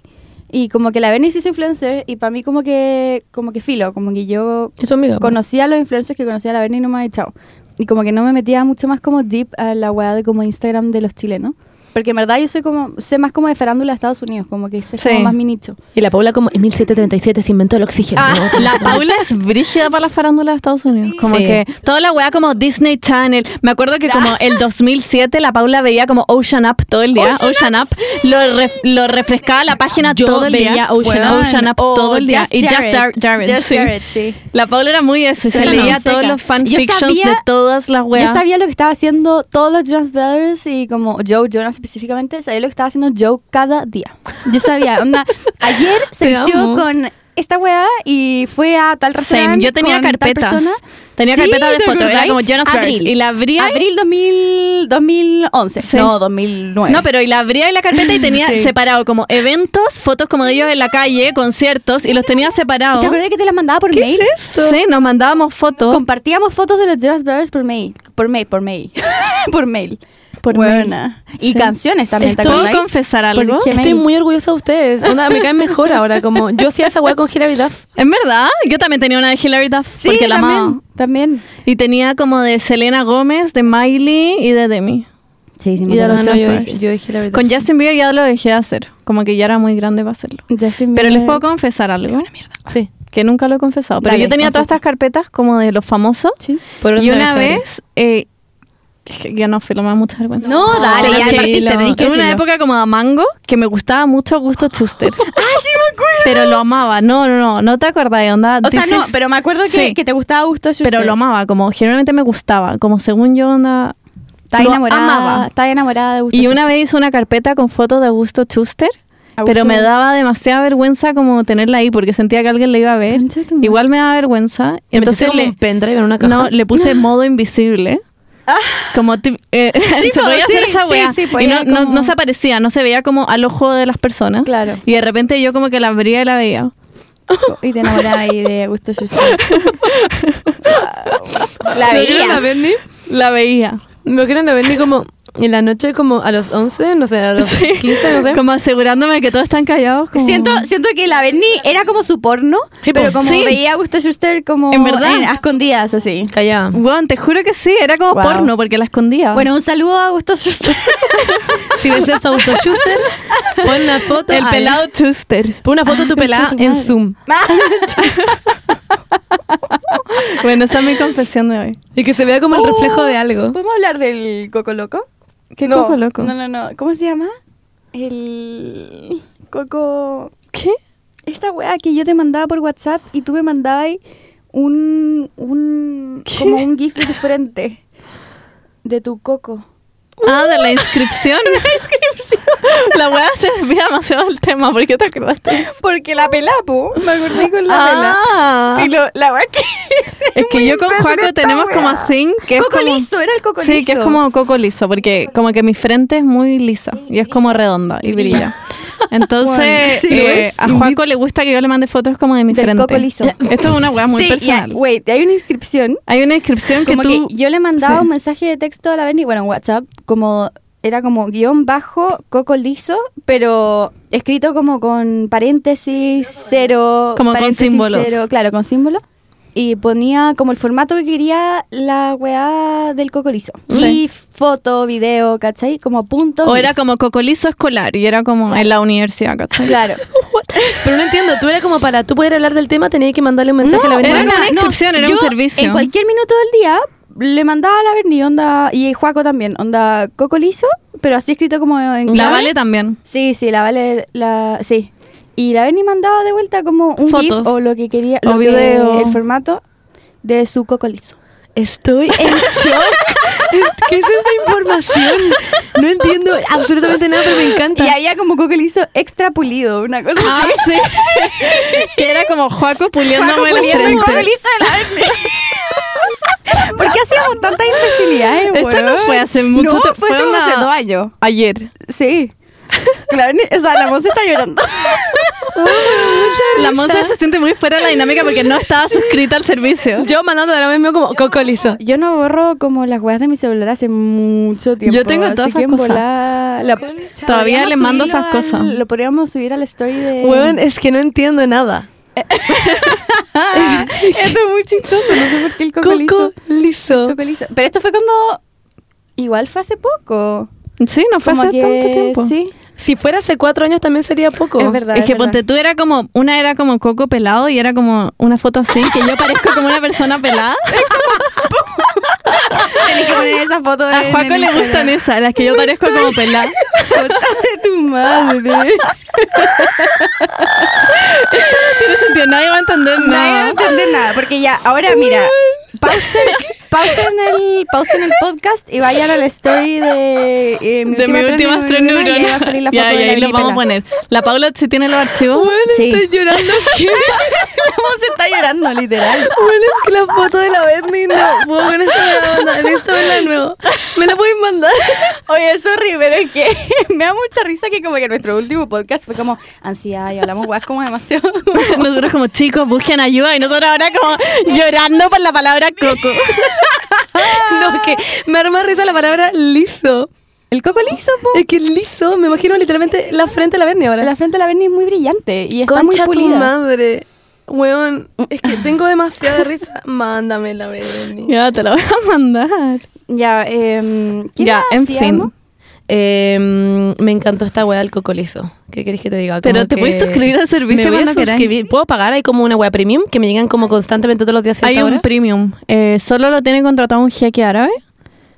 A: Y como que la Benny se hizo influencer y para mí como que como que filo, como que yo
C: Es tu amiga. po.
A: conocía a los influencers que conocía a la Berni nomás y chao. Y como que no me metía mucho más como deep a la weá de como Instagram de los chilenos. Porque en verdad yo soy como, sé más como de farándula de Estados Unidos, como que ese es
B: Sí.
A: como más mi nicho.
C: Y la Paula como en 1737 se inventó el oxígeno. ¿no?
B: La Paula es brígida para la farándula de Estados Unidos. Como
C: Sí.
B: que toda la weá como Disney Channel. Me acuerdo que como el 2007 la Paula veía como Ocean Up todo el día. Ocean, Up, lo, ref- lo refrescaba la página
C: Yo
B: todo el
C: veía
B: día.
C: Ocean Up.
B: Ocean Up
A: O
B: todo el día.
A: Just
B: y Just
A: Jared.
B: Dar- Jared,
A: Just
B: sí.
A: Jared, sí.
B: La Paula era muy eso. Se
C: Seca,
B: leía
C: no,
B: todos
C: seca.
B: los
A: Yo
B: fanfictions
A: sabía-
B: de todas las weas.
A: Yo sabía lo que estaba haciendo todos los Jonas Brothers y como Joe Jonas específicamente, sabía lo que estaba haciendo Joe cada día. Yo sabía, onda, ayer se
C: Te
A: vistió
C: amo.
A: con esta weá y fue a tal
B: Same.
A: restaurante
B: Yo tenía
A: con tal
B: carpetas.
A: persona.
B: Tenía
A: Sí,
B: carpetas de
A: ¿te
B: fotos. Era
A: acordáis?
B: como Jonas Brothers.
A: Abril.
B: Y la abría. y-
A: Abril 2000, 2011.
B: Sí.
A: No, 2009.
B: No, pero y la abría y la carpeta y tenía separado como eventos, fotos como de ellos en la calle, conciertos y los tenía separados.
A: ¿Te acuerdas que te las mandaba por mail?
B: Sí, nos mandábamos fotos.
A: Compartíamos fotos de los Jonas Brothers por mail. Por mail, por mail. por mail.
B: Por
A: Buena. Y canciones también, ¿te
B: ¿Puedo
A: acordáis?
B: confesar
A: Por
B: algo?
A: Gmail.
C: Estoy muy orgullosa de ustedes. Onda, me caen mejor ahora. Como yo hacía esa weá con Hilary Duff.
B: En verdad, yo también tenía una de Hilary Duff
A: Sí,
B: porque la
A: también,
B: amaba.
A: también.
B: Y tenía como de Selena Gómez, de Miley y de Demi.
A: Sí, sí,
B: me Y de
C: Ah,
B: los
C: no, yo,
B: Transformers.
C: dije- yo dije Hilary Duff.
B: Con Justin Bieber ya lo dejé de hacer, como que ya era muy grande para hacerlo.
A: Justin
B: Pero les
A: Bieber.
B: puedo confesar algo,
C: Sí.
B: que nunca lo he confesado. Pero
A: Dale,
B: yo tenía todas
A: confiesa.
B: estas carpetas como de los famosos.
A: Sí.
B: Y
C: Por orden
B: una
C: abecedario.
B: vez, eh, es que ya no filo, me da mucha vergüenza.
A: No, dale,
C: pero
A: ya
C: sí,
A: partiste,
C: lo-
A: tenéis que
B: Tuve una
A: decirlo.
B: época como a mango que me gustaba mucho Gusto Chuster. ¡Ah, sí, me acuerdo! Pero lo amaba. No, no, no. No te acordás, onda.
A: O sea,
B: This
A: no,
B: is-
A: pero me acuerdo que,
B: Sí.
A: que te gustaba Gusto Schuster.
B: pero lo amaba. Como generalmente me gustaba. Como según yo, onda.
A: Estaba
B: lo
A: enamorada,
B: amaba.
A: estaba enamorada de Gusto
B: Y una vez hice una carpeta con fotos de Augusto Schuster.
A: Augusto-
B: Pero me daba demasiada vergüeza como tenerla ahí porque sentía que alguien la iba a ver.
A: Concha tu madre.
B: Igual me daba vergüza.
C: Y Entonces
B: Entonces
C: como
B: le-
C: un pendrive en una caja.
B: No, le puse modo invisible.
A: Ah.
B: Como tip- eh, se
A: po,
B: podía hacer
A: sí,
B: esa
A: sí,
B: weá.
A: sí,
B: y
A: podía
B: no, no-
A: como-
B: no se aparecía, no se veía como al ojo de las personas.
A: Claro.
B: Y de repente yo como que la abría y la veía.
A: Y te enamorada ahí de Gusto Schuster. Wow. La
C: ¿Me vieron
A: veías.
C: a Bernie?
B: La veía.
C: Me quieren a Bernie como en la noche como a los 11, no sé, a los
B: Sí.
C: 15, no sé.
B: Como asegurándome que todos están callados. como-
A: Siento, siento que la Berni era como su porno,
C: Sí, po.
A: pero como
B: Sí.
A: veía a Gusto Schuster como
B: En verdad.
A: a escondidas así.
C: Callada.
B: Weón, te juro que sí, era como
A: Wow.
B: porno porque la
C: Ah.
B: escondía.
A: Bueno, un saludo a Gusto Schuster.
C: Si ves eso auto Schuster, pon una foto.
B: el
C: a-
B: pelado Chuster.
C: Pon una foto de tu pelada
A: tu
C: en
A: madre.
C: Zoom.
B: Bueno, esa es mi confesión de hoy.
C: Y que se vea
A: Oh.
C: como el reflejo de algo.
A: ¿Podemos hablar del Coco Loco?
B: ¿Qué
A: no,
B: coco loco?
A: No, no, no. ¿Cómo se llama? El Coco.
B: ¿Qué?
A: Esta wea que yo te mandaba por WhatsApp y tú me mandabas un. un
B: ¿Qué?
A: como un GIF de tu frente. De tu coco.
B: Ah, de la inscripción. La weá se desvía demasiado del tema. ¿Por qué te acordaste?
A: Porque la pelapo, me acordé con la pela.
B: Ah.
A: Sí, lo- la weá que.
B: Es que
A: muy
B: yo con
A: imbécil
B: Juaco
A: esta
B: tenemos
A: weá.
B: como a thing que es
A: coco
B: como-
A: liso, era el coco liso.
B: Sí, que es como coco liso, porque como que mi frente es muy lisa y es como redonda y brilla. Entonces,
A: Sí, lo
B: eh,
A: es.
B: a Juaco le gusta que yo le mande fotos como de mi
A: Del
B: frente.
A: coco liso.
B: Esto es una weá muy
A: sí, y hay-
B: personal.
A: wait, hay una inscripción.
B: Hay una inscripción que
A: Como
B: tú...
A: que yo le mandaba
B: sí.
A: un mensaje de texto a la Berni, bueno, en WhatsApp, como era como guión bajo, coco liso, pero escrito como con paréntesis, cero,
B: Como con
A: paréntesis,
B: símbolos.
A: cero, claro, con símbolo. Y ponía como el formato que quería la weá del coco liso.
B: Sí.
A: Y foto, video, ¿cachai? Como punto.
B: O era como coco liso escolar y era como en la universidad, ¿cachai?
A: Claro.
C: Pero no entiendo, tú era como para tú poder hablar del tema, tenías que mandarle un mensaje a la
B: era
C: Belén.
B: como
A: buena,
B: una inscripción, era un
A: yo
B: servicio.
A: En cualquier minuto del día le mandaba a la Berni, onda, y el Juaco también, onda coco liso, pero así escrito como en
B: La
A: clave.
B: Vale también.
A: Sí, sí, la Vale, la, sí. Y la Berni mandaba de vuelta como un
B: Fotos.
A: GIF o lo que quería,
B: O
A: lo que-
B: video.
A: el formato de su coco liso.
C: Estoy en shock. Es- ¿Qué es esta información? No entiendo absolutamente nada, pero me
A: Y
C: encanta.
A: había como coco liso extra pulido, una cosa
B: Ah, sí. que era como Juaco puliéndome
A: Juaco
B: la
A: puliendo el coco
B: frente.
A: liso de la Berni. ¿Por qué hacíamos tantas imbecilidades,
B: Esto no
A: weón?
B: fue hace mucho
A: No,
B: tiempo,
A: fue
B: fue
A: hace como
B: una-
A: hace dos años.
B: Ayer.
A: Sí. La Berni, o sea, la moza está llorando.
B: La Monza se siente muy fuera de la dinámica porque no estaba suscrita al servicio.
C: Yo mandando de la vez mismo como Coco liso.
A: Yo no borro como las weas de mi celular hace mucho tiempo.
B: Yo tengo todas
A: así
B: esas
A: que en
B: cosas.
A: volá- la-
B: Todavía le mando
A: subirlo
B: esas cosas.
A: al- lo podríamos subir a la story de.
C: Weón, es que no entiendo nada.
A: Ah, esto es muy chistoso. No sé por qué el coco, liso.
C: liso.
A: Coco liso. Pero esto fue cuando. Igual fue hace poco.
B: Sí, no fue
A: Como
B: hace
A: que-
B: tanto tiempo.
A: Sí.
C: Si fuera hace cuatro años también sería poco.
A: Es verdad.
B: Es que
A: verdad.
B: ponte tú era como, una era como coco pelado y era como una foto así, que yo parezco como una persona pelada.
A: Tenés que poner esa foto de.
B: A Juaco le gustan esas, las que yo parezco como pelada.
A: de tu madre.
B: Tiene sentido, nadie va a entender
A: Nadie va a
B: nada.
A: entender nada, porque ya, ahora mira, pausen, pausen, el, pausen el podcast y vayan a la story de, eh,
B: De mis últimas tres neuronas.
A: Y ahí va a salir la foto
B: Ya,
A: de
B: ya,
A: la
B: ahí los
A: Lili
B: vamos a
A: Pela.
B: poner. La Paula, si tiene los archivos.
C: Weón,
A: Sí.
C: estoy llorando. ¿Qué?
A: ¿Cómo se está llorando, literal?
C: Weón, es que la foto de la Berni no. Weón, esto me la onda. Necesito verla de nuevo. Me la pueden mandar.
A: Oye, sorry, pero es que me da mucha risa que como que nuestro último podcast fue como ansiedad y hablamos guas como demasiado.
B: Nosotros como chicos busquen ayuda y nosotros ahora como llorando por la palabra coco.
C: No, que me arma risa la palabra liso.
A: El coco liso, po.
C: Es que liso, me imagino literalmente la frente de la Berni ahora.
A: La frente de la Berni es muy brillante y está
C: Concha
A: muy
C: tu
A: pulida.
C: madre. Weón, es que tengo demasiada risa. Mándame la Berni.
B: Ya, te la voy a mandar.
A: Ya, eh, ¿qué
B: ya,
A: más
B: en
A: hacíamos?
B: fin.
C: Em, me encantó esta weá del cocolizo. ¿Qué querés que te diga?
B: Pero
C: Como
B: te
C: que-
B: puedes suscribir al servicio
C: me voy a
B: cuando queráis.
C: suscribir. ¿Puedo pagar? Hay como una weá premium que me llegan como constantemente todos los días.
B: Hay
C: ¿cierta
B: un
C: hora?
B: premium. Eh, solo lo tiene contratado un jeque árabe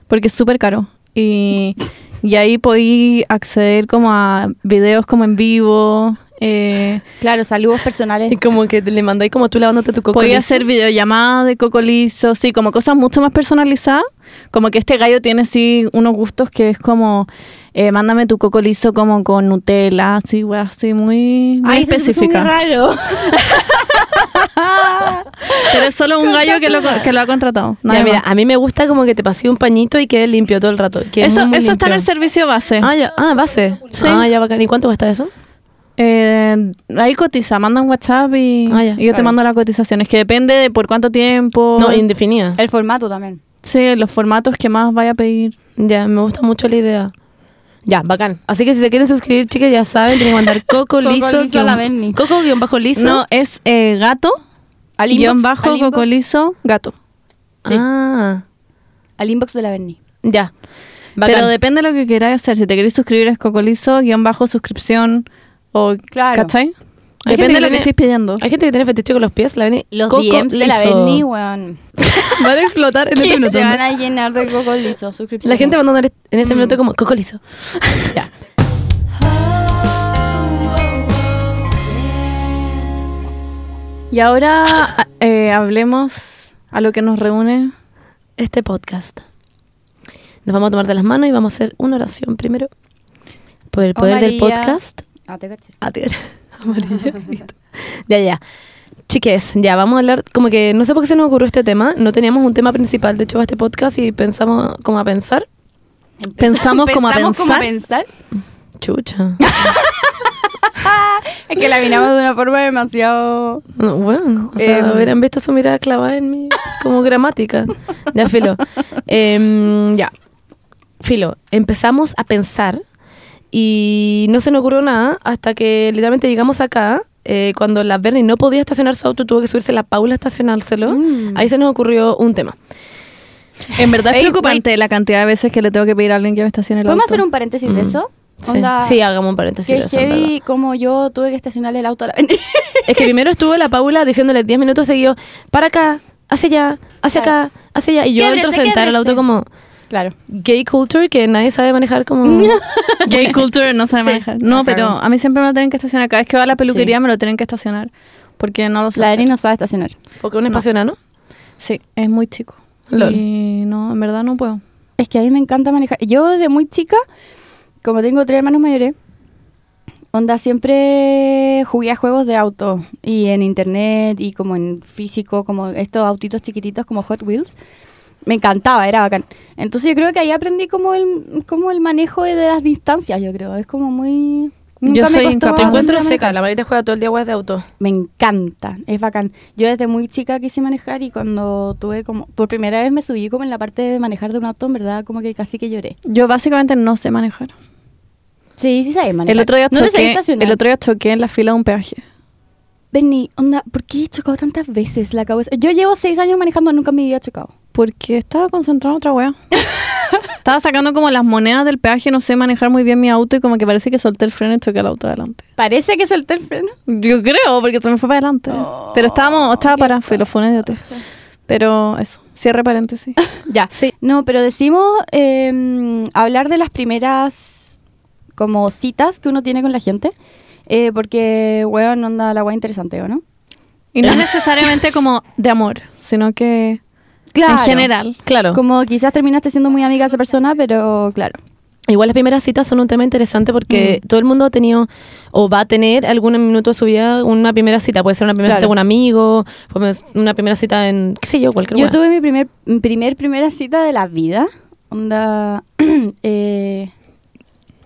B: porque es súper caro. Y, y ahí podéis acceder como a videos como en vivo. Eh,
A: Claro, saludos personales.
C: Y como que le mandáis como tú lavándote tu cocolizo.
B: podéis hacer videollamadas de cocolizo, sí, como cosas mucho más personalizadas. Como que este gallo tiene así unos gustos que es como, eh, mándame tu cocolizo como con Nutella, así, weá, así muy, muy
A: Ay, esto se puso muy
B: específica.
A: raro.
B: Pero es solo un gallo que lo, que lo ha contratado.
C: Ya,
B: Nada
C: mira,
B: más.
C: a mí me gusta como que te pasé un pañito y quede limpio todo el rato. quede
B: eso
C: muy, muy
B: eso está en el
C: limpio.
B: servicio base.
C: Ah, ya. Ah, base.
B: Sí.
C: Ah, ya bacán. ¿Y cuánto cuesta eso?
B: Eh, ahí cotiza, manda un WhatsApp y,
C: Ah, ya,
B: y yo te
C: claro.
B: mando las cotizaciones, que depende de por cuánto tiempo,
C: No, indefinida.
A: El formato también.
B: sí, los formatos que más vaya a pedir.
C: Ya, me gusta mucho la idea. Ya, bacán. Así que si se quieren suscribir, chicas, ya saben, tienen que mandar coco
A: Coco
C: liso.
A: liso a la Berni.
C: Coco guión bajo liso.
B: No, es eh, gato,
A: Al
B: guión
A: inbox, al
B: bajo,
A: inbox.
B: cocolizo, gato.
C: Ah,
A: Al inbox de la Berni.
C: ya. Bacán.
B: Pero depende de lo que queráis hacer. Si te queréis suscribir es cocolizo, guión bajo, suscripción o...
A: Claro.
B: ¿Cachai?
C: Hay gente
B: Depende de lo
C: que
B: que
C: tiene-
B: estéis pidiendo.
C: Hay gente que tiene fetiche con los pies, la Berni.
A: Los
C: coco
A: DMs de la
C: liso.
A: Berni, weón.
C: Van a explotar en este
A: Se
C: minuto.
A: van a llenar de coco liso. Suscripción.
C: La gente va a andar en este minuto como coco liso. ya.
B: Y ahora a- eh, hablemos a lo que nos reúne.
C: Este podcast. Nos vamos a tomar de las manos y vamos a hacer una oración primero. por el poder del
A: Amarilla.
C: podcast.
A: Ah, te caché.
C: Ah, te- amarilla. ya, ya. Chiques, ya vamos a hablar, como que no sé por qué se nos ocurrió este tema, no teníamos un tema principal de hecho para este podcast y pensamos como a pensar.
B: Pensamos como a
A: Empezamos como a pensar.
C: Chucha.
A: Es que la miramos de una forma demasiado...
C: No, bueno, o sea,
A: Em.
C: hubieran visto su mirada clavada en mí como gramática. Ya, Filo. Em, ya. Filo, empezamos a pensar y no se nos ocurrió nada hasta que literalmente llegamos acá. eh, cuando la Bernie no podía estacionar su auto, tuvo que subirse la Paula a estacionárselo.
A: Mm.
C: Ahí se nos ocurrió un tema.
B: En verdad es
A: Ey,
B: preocupante la cantidad de veces que le tengo que pedir a alguien que me estacione el auto.
A: ¿Podemos hacer un paréntesis de
C: Mm.
A: eso?
C: Sí,
A: Onda,
C: Sí, hagamos un paréntesis.
A: Qué
C: de eso, en verdad.
A: heavy como yo tuve que estacionarle el auto a la
C: Es que primero estuvo la Paula diciéndole 10 minutos seguidos, para acá, hacia allá, hacia
A: Claro.
C: acá, hacia allá. Y yo
A: ¿Qué
C: dentro
A: adrese, qué
C: sentar el auto
A: adrese?
C: como
A: Claro.
C: gay culture que nadie sabe manejar como...
B: Gay culture no sabe
A: Sí.
B: manejar. No,
A: Ajá.
B: pero a mí siempre me lo tienen que estacionar. Cada vez que voy a la peluquería me lo tienen que estacionar. Porque no lo sé.
A: La
B: hacer.
A: Eri no sabe estacionar.
C: Porque un espacio enano.
B: Sí, es muy chico.
C: Lol.
B: Y no, en verdad no puedo.
A: Es que a mí me encanta manejar. Yo desde muy chica, como tengo tres hermanos mayores, onda siempre jugué a juegos de auto y en internet y como en físico, como estos autitos chiquititos como Hot Wheels. Me encantaba, era bacán. Entonces yo creo que ahí aprendí como el, como el manejo de las distancias, yo creo. Es como muy...
B: Yo
A: nunca me
B: soy
A: costó
B: incapaz.
C: Te
B: Ah,
C: encuentro
A: aprender a
C: seca, la Marita juega todo el día weas de auto.
A: Me encanta, es bacán. Yo desde muy chica quise manejar y cuando tuve como... Por primera vez me subí como en la parte de manejar de un auto, en verdad, como que casi que lloré.
B: Yo básicamente no sé manejar.
A: Sí, sí sabes manejar.
B: El otro, día
A: no lo sabes
B: choqué,
A: estacionar.
B: el otro día choqué en la fila de un peaje.
A: Benny, onda, ¿por qué he chocado tantas veces la cabeza? Yo llevo seis años manejando, nunca me había chocado.
B: Porque estaba concentrada en otra wea. estaba sacando como las monedas del peaje, no sé manejar muy bien mi auto y como que parece que solté el freno y choqué el auto adelante.
A: Parece que solté el freno.
B: Yo creo, porque se me fue para adelante. Pero estábamos, estaba para filo, fue una idiotez. Pero eso, cierre paréntesis.
A: ya.
C: Sí.
A: No, pero decimos eh, hablar de las primeras como citas que uno tiene con la gente. eh, porque, weón, onda la weá interesante, ¿o no?
B: Y no necesariamente como de amor, sino que en general.
C: Claro.
A: Como quizás terminaste siendo muy amiga de esa persona, pero claro.
C: Igual las primeras citas son un tema interesante porque
A: Mm.
C: todo el mundo ha tenido o va a tener algún minuto de su vida una primera cita. Puede ser una primera
A: Claro.
C: cita con un amigo, puede ser una primera cita en, qué sé yo, cualquier
A: Yo
C: wea.
A: tuve mi primer, mi primer primera cita de la vida. Onda. eh,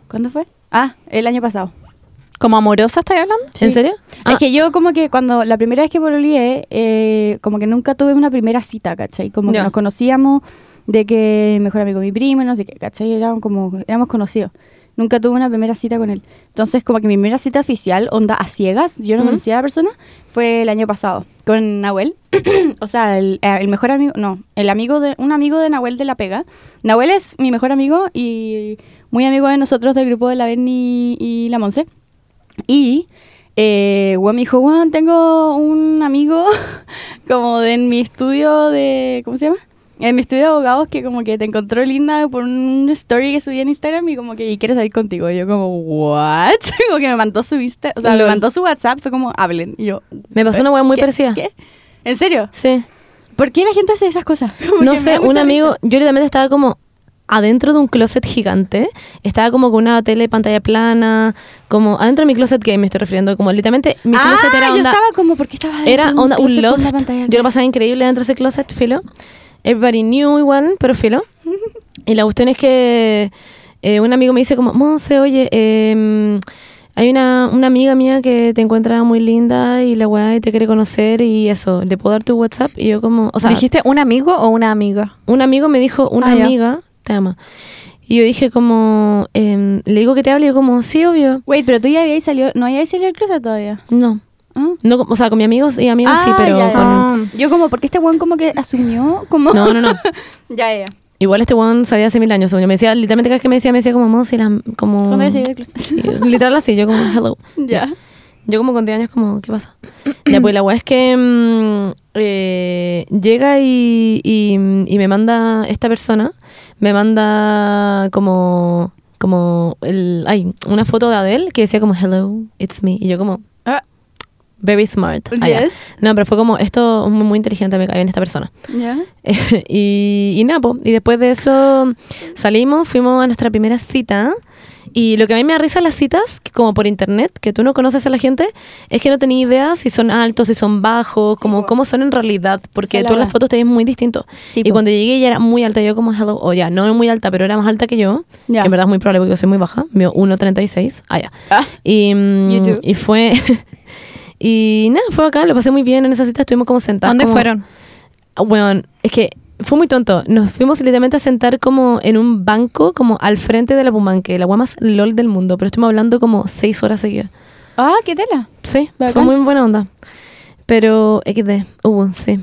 A: ¿Cuándo fue? Ah, el año pasado.
B: ¿Como amorosa estás hablando?
C: ¿En serio? Ah,
A: Es que yo como que cuando la primera vez que volví, eh, como que nunca tuve una primera cita, ¿cachai? Como
C: Ya.
A: que nos conocíamos de que mejor amigo de mi primo, no sé qué, ¿cachai? Éramos como, éramos conocidos. Nunca tuve una primera cita con él. Entonces, como que mi primera cita oficial, onda a ciegas, yo no
C: Ujú.
A: conocía a la persona, fue el año pasado, con Nahuel. o sea, el, eh, el mejor amigo, no, el amigo de, un amigo de Nahuel de la Pega. Nahuel es mi mejor amigo y muy amigo de nosotros del grupo de la Berni y la Monse. Y eh, weón, me dijo, Juan, tengo un amigo como de en mi estudio de, ¿cómo se llama? En mi estudio de abogados que como que te encontró linda por un story que subí en Instagram y como que y quiere salir contigo. Y yo como, ¿what? como que me mandó su Insta, o sea, me
C: Lol.
A: mandó su WhatsApp, fue como, hablen. Y yo,
C: me pasó una wea muy
A: ¿qué?
C: parecida.
A: ¿Qué? ¿En serio?
C: Sí.
A: ¿Por qué la gente hace esas cosas? Como
C: no
A: que me
C: sé,
A: da mucha
C: un
A: risa.
C: amigo, yo literalmente estaba como adentro de un closet gigante, estaba como con una tele pantalla plana, como adentro de mi closet que me estoy refiriendo, como literalmente mi
A: ah,
C: closet era
A: yo
C: onda,
A: estaba como, ¿por qué estaba dentro
C: era
A: de
C: onda
A: closet
C: un
A: con una
C: loft,
A: pantalla
C: yo lo pasaba increíble dentro de ese closet, filo, everybody knew igual, pero filo, y la cuestión es que eh, un amigo me dice como, Monse, oye, em, hay una, una amiga mía que te encuentra muy linda y la weá y te quiere conocer y eso, ¿le puedo dar tu WhatsApp? Y yo como, o sea,
B: ¿Dijiste un amigo o una amiga?
C: un amigo me dijo, una
B: Ah, ya.
C: amiga te ama. Y yo dije como, em, le digo que te hable, y yo como, sí, obvio.
A: Wait, pero tú ya habías salido, no habías salido del closet todavía.
C: No.
A: Ah.
C: no o sea, con mis amigos y amigos sí,
A: Ah,
C: pero
A: ya, ya.
C: con...
B: Ah.
A: Yo como, porque este weón como que asumió como...
C: No, no, no.
A: ya, ya.
C: Igual este weón sabía hace mil años. según yo. Me decía, literalmente cada vez que me decía, me decía como, "Monse, la, como...
A: ¿Cuándo decidí el closet?
C: Literal así, yo como, hello.
A: ya.
C: Yo como con 10 años como, ¿qué pasa? ya, pues la weá es que mm, eh, llega y, y, y me manda esta persona, me manda como, Ah, como el, ay, una foto de Adele que decía como, hello, it's me. Y yo como, Very smart. allá.
A: Yes.
C: No, pero fue como, esto es muy, muy inteligente, me cae bien esta persona.
A: ¿Ya?
C: y, y nada, po. y después de eso salimos, fuimos a nuestra primera cita. Y lo que a mí me da risa en las citas, que como por internet, que tú no conoces a la gente, es que no tenía idea si son altos, si son bajos, como cómo son en realidad,
A: Esa
C: porque
A: es la
C: tú en las
A: weá.
C: fotos te ves muy distinto.
A: Sí,
C: y
A: po.
C: cuando llegué ella era muy alta, yo como hello, o ya, no muy alta, pero era más alta que yo,
A: Ya.
C: que en verdad es muy probable porque yo soy muy baja, mido 1.36, ah, ya.
A: Ah.
C: Y, mm,
A: You do.
C: y fue... y nada, fue acá, lo pasé muy bien en esa cita, estuvimos como sentados.
B: ¿Dónde fueron?
C: Bueno, Ah, es que fue muy tonto. Nos fuimos literalmente a sentar como en un banco, como al frente de la Pumanque, la agua más lol del mundo. Pero estuvimos hablando como seis horas seguidas.
A: Ah, qué tela.
C: Sí, fue
A: Bacán.
C: muy buena onda. Pero XD, hubo, sí.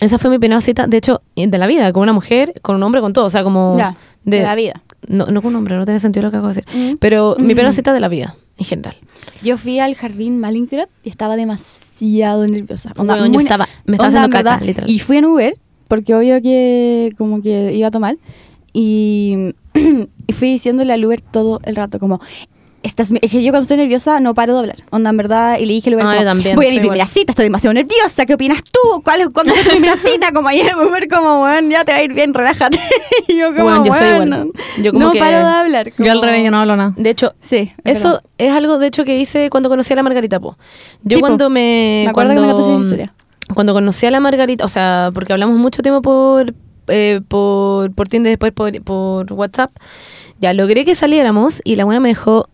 C: Esa fue mi primera cita, de hecho, de la vida, con una mujer, con un hombre, con todo. O sea, como.
A: Ya, de, la vida.
C: No, no con un hombre, no tiene sentido lo que acabo de decir.
A: Mm.
C: Pero mi primera cita de la vida, en general.
A: Yo fui al jardín Malingrad y estaba demasiado nerviosa.
C: Oh, Weón, yo
A: muy-
C: estaba- me estaba
A: onda,
C: haciendo
A: en
C: caca,
A: verdad.
C: literal.
A: Y fui en Uber, porque obvio que como que iba a tomar. Y, y fui diciéndole al Uber todo el rato, como... Estás, es que yo cuando estoy nerviosa no paro de hablar. Onda, en verdad, y le dije al Uber,
C: Ah,
A: como,
C: yo también,
A: voy a
C: soy
A: mi primera
C: igual.
A: cita, estoy demasiado nerviosa, ¿qué opinas tú? ¿Cuál es, ¿Cuándo es tu primera cita? Como ayer el Uber, como, bueno, ya te va a ir bien, relájate. y yo como,
C: Weón, yo soy
A: "Weón,
C: igual. Yo como
A: no
C: que-
A: paro de hablar.
B: Yo al
A: como-
B: revés, yo no hablo nada.
C: De hecho,
A: Sí, es
C: Eso
A: verdad.
C: es algo, de hecho, que hice cuando conocí a la Margarita Po. Yo
A: Sí, po.
C: cuando me.
A: Me acuerdo que me
C: eh, cuando,
A: contaste esa historia.
C: Cuando conocí a la Margarita, o sea, porque hablamos mucho tiempo por, eh, por, por Tinder, después por, por WhatsApp, ya logré que saliéramos y la buena me dejó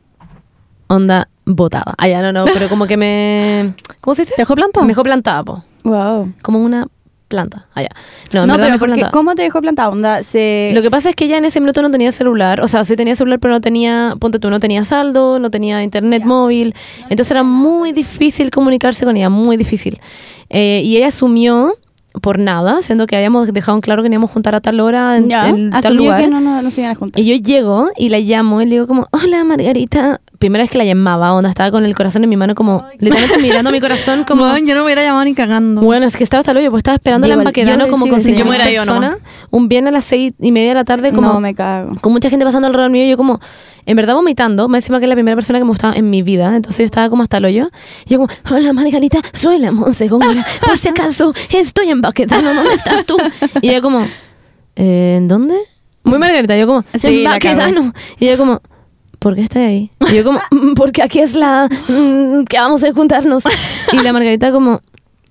C: onda botada. Ah, ya no, no, pero como que me. ¿Cómo se dice?
B: ¿Te dejó plantada?
C: Me dejó plantada, po.
A: Wow.
C: Como una planta. Allá. No,
A: No,
C: en verdad me
A: pero
C: dejó
A: porque,
C: plantada.
A: ¿cómo te dejó plantada? Onda, se...
C: Lo que pasa es que ella en ese minuto no tenía celular, o sea, sí tenía celular, pero no tenía, ponte tú, no tenía saldo, no tenía internet móvil, entonces era muy difícil comunicarse con ella, muy difícil. Eh, y ella asumió por nada, siendo que habíamos dejado en claro que íbamos a juntar a tal hora en,
A: ya,
C: en tal
A: asumió
C: lugar.
A: que no, no, no se iban a juntar.
C: Y yo llego y la llamo y le digo como, hola Margarita. Primera vez que la llamaba, onda, estaba con el corazón en mi mano como, literalmente mirando mi corazón como...
B: Weón, yo no me hubiera llamado ni cagando.
C: Bueno, es que estaba hasta el hoyo, pues estaba esperando a la
A: Igual,
C: Empaquedano
A: yo
C: como
A: sí,
C: con
A: sí. Yo
C: 50
B: me hubiera ido
C: personas, un viernes a las seis y media de la tarde, como
A: No, me cago.
C: con mucha gente pasando alrededor mío, yo como, en verdad vomitando, más encima que es la primera persona que me gustaba en mi vida, entonces yo estaba como hasta el hoyo, y yo como, hola Margarita, soy la Monse Góngora, por si acaso, estoy en Baquedano, ¿dónde estás tú? Y yo como, "Eh, ¿en dónde? Muy Margarita, yo como,
A: Mm. Sí,
C: en
A: la cagó.
C: Baquedano, y yo como... ¿Por qué estás ahí? Y yo como, "Mm, porque aquí es la mm, que vamos a juntarnos. Y la Margarita como,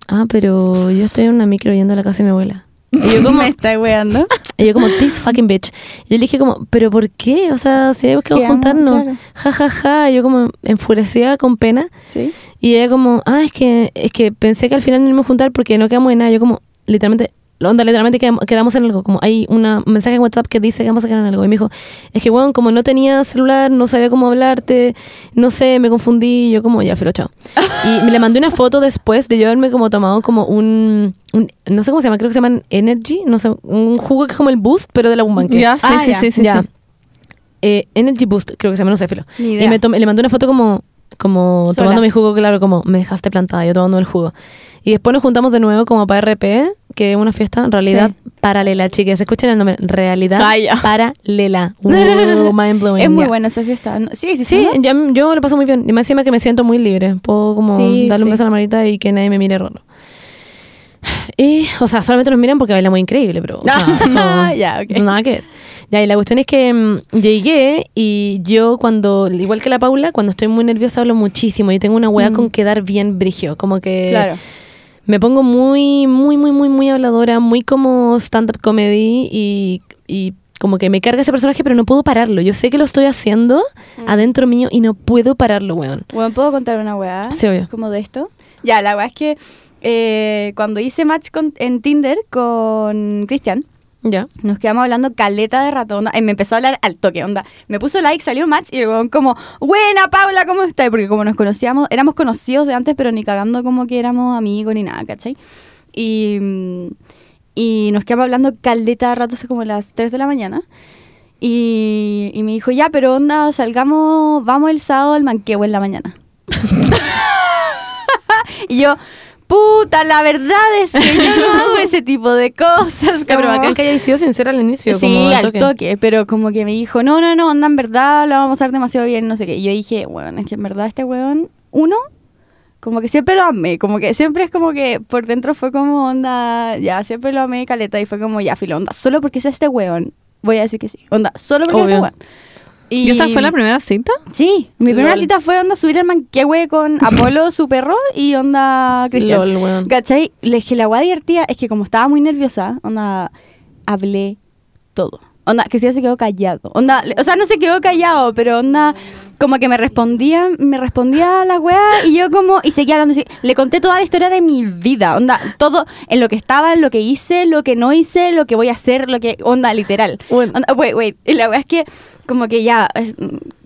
C: ah, pero yo estoy en una micro yendo a la casa de mi abuela. Y yo como,
A: me está weando.
C: y yo como, this fucking bitch. Y yo le dije como, ¿pero por qué? O sea, si es que vamos a
A: Quedamos,
C: juntarnos.
A: claro.
C: Ja, ja, ja. Y yo como enfurecida con pena.
A: Sí.
C: Y ella como, ah, es que, es que pensé que al final no íbamos a juntar porque no quedamos en nada. Yo como, literalmente, la onda, literalmente quedam- quedamos en algo. Como hay una- un mensaje en WhatsApp que dice que vamos a quedar en algo. Y me dijo, es que, weón, como no tenía celular, no sabía cómo hablarte, no sé, me confundí. Y yo como, ya, filo, chao. y me le mandé una foto después de yo haberme como tomado como un, un- no sé cómo se llama, creo que se llaman Energy, no sé, un jugo que es como el Boost, pero de la Bumbanque.
B: Ya, sí,
A: Ah,
B: sí,
A: ya,
B: sí, sí,
C: ya.
B: sí.
C: Eh, Energy Boost, creo que se llama, no sé, filo.
A: Ni idea.
C: Y me tomé- le mandé una foto como, como
A: Sola.
C: tomando mi jugo, claro, como me dejaste plantada, yo tomando el jugo. Y después nos juntamos de nuevo como para RP, que es una fiesta, en realidad paralela, chicas. Escuchen el nombre, realidad
B: Ay, ya.
C: paralela. Wow, mind blowing.
A: es muy
C: ya.
A: buena esa fiesta. ¿no? Sí, sí, sí.
C: Sí,
A: ¿no?
C: yo, yo lo paso muy bien. Y más encima que me siento muy libre. Puedo como
A: Sí,
C: darle un
A: sí.
C: beso a la marita y que nadie me mire raro. Y, o sea, solamente nos miran porque baila muy increíble, pero. o sea, eso-
A: ya, ok.
C: Nada que ver. Ya, y la cuestión es que mm, llegué y yo cuando, igual que la Paula, cuando estoy muy nerviosa hablo muchísimo. Yo tengo una hueá con quedar bien brigio. Como que
A: Mm. Claro.
C: me pongo muy, muy, muy, muy, muy habladora, muy como stand-up comedy y, y como que me carga ese personaje, pero no puedo pararlo. Yo sé que lo estoy haciendo
A: Mm.
C: adentro mío y no puedo pararlo, weón.
A: Bueno, ¿puedo contar una weá?
C: Sí, obvio.
A: Como de esto. Ya, la weá es que eh, cuando hice match con- en Tinder con Cristian,
C: Ya.
A: Nos quedamos hablando caleta de rato, onda. Y me empezó a hablar al toque, onda. Me puso like, salió match y el weón como, buena Paula, ¿cómo estás? Porque como nos conocíamos, éramos conocidos de antes, pero ni cagando como que éramos amigos ni nada, ¿cachai? Y, mm, y nos quedamos hablando caleta de rato, hasta como las 3 de la mañana. Y, y me dijo, ya, pero onda, salgamos, vamos el sábado al manqueo en la mañana. y yo, puta, la verdad es que yo no hago ese tipo de cosas.
C: pero
A: como-
C: acá que hayas sido sincera al inicio.
A: Sí, al toque. pero como que me dijo, no, no, no, onda, en verdad la vamos a hacer demasiado bien, no sé qué. Y yo dije, bueno, es que en verdad este weón, uno, Como que siempre lo amé, como que siempre es como que por dentro fue como onda, ya, siempre lo amé, caleta, y fue como ya, filo, onda, solo porque es este weón. Voy a decir que sí, onda, solo porque es
C: Obvio.
A: este weón.
B: ¿Y esa fue la primera cita?
A: Sí, mi primera
C: Lol.
A: cita fue onda subir al manquehue con Apolo, su perro, y onda Cristian.
C: Lol, weón.
A: ¿Cachai? Le dije, la guada divertida es que como estaba muy nerviosa, onda, hablé todo. Onda, Cristian se quedó callado. Onda, le- o sea, no se quedó callado, pero onda, como que me respondía, me respondía a la weá y yo como, y seguía hablando. así. Le conté toda la historia de mi vida, onda, todo en lo que estaba, en lo que hice, lo que no hice, lo que voy a hacer, lo que, onda, literal.
C: Bueno.
A: Onda, Ah, wait, wait. Y la weá es que, como que ya, es-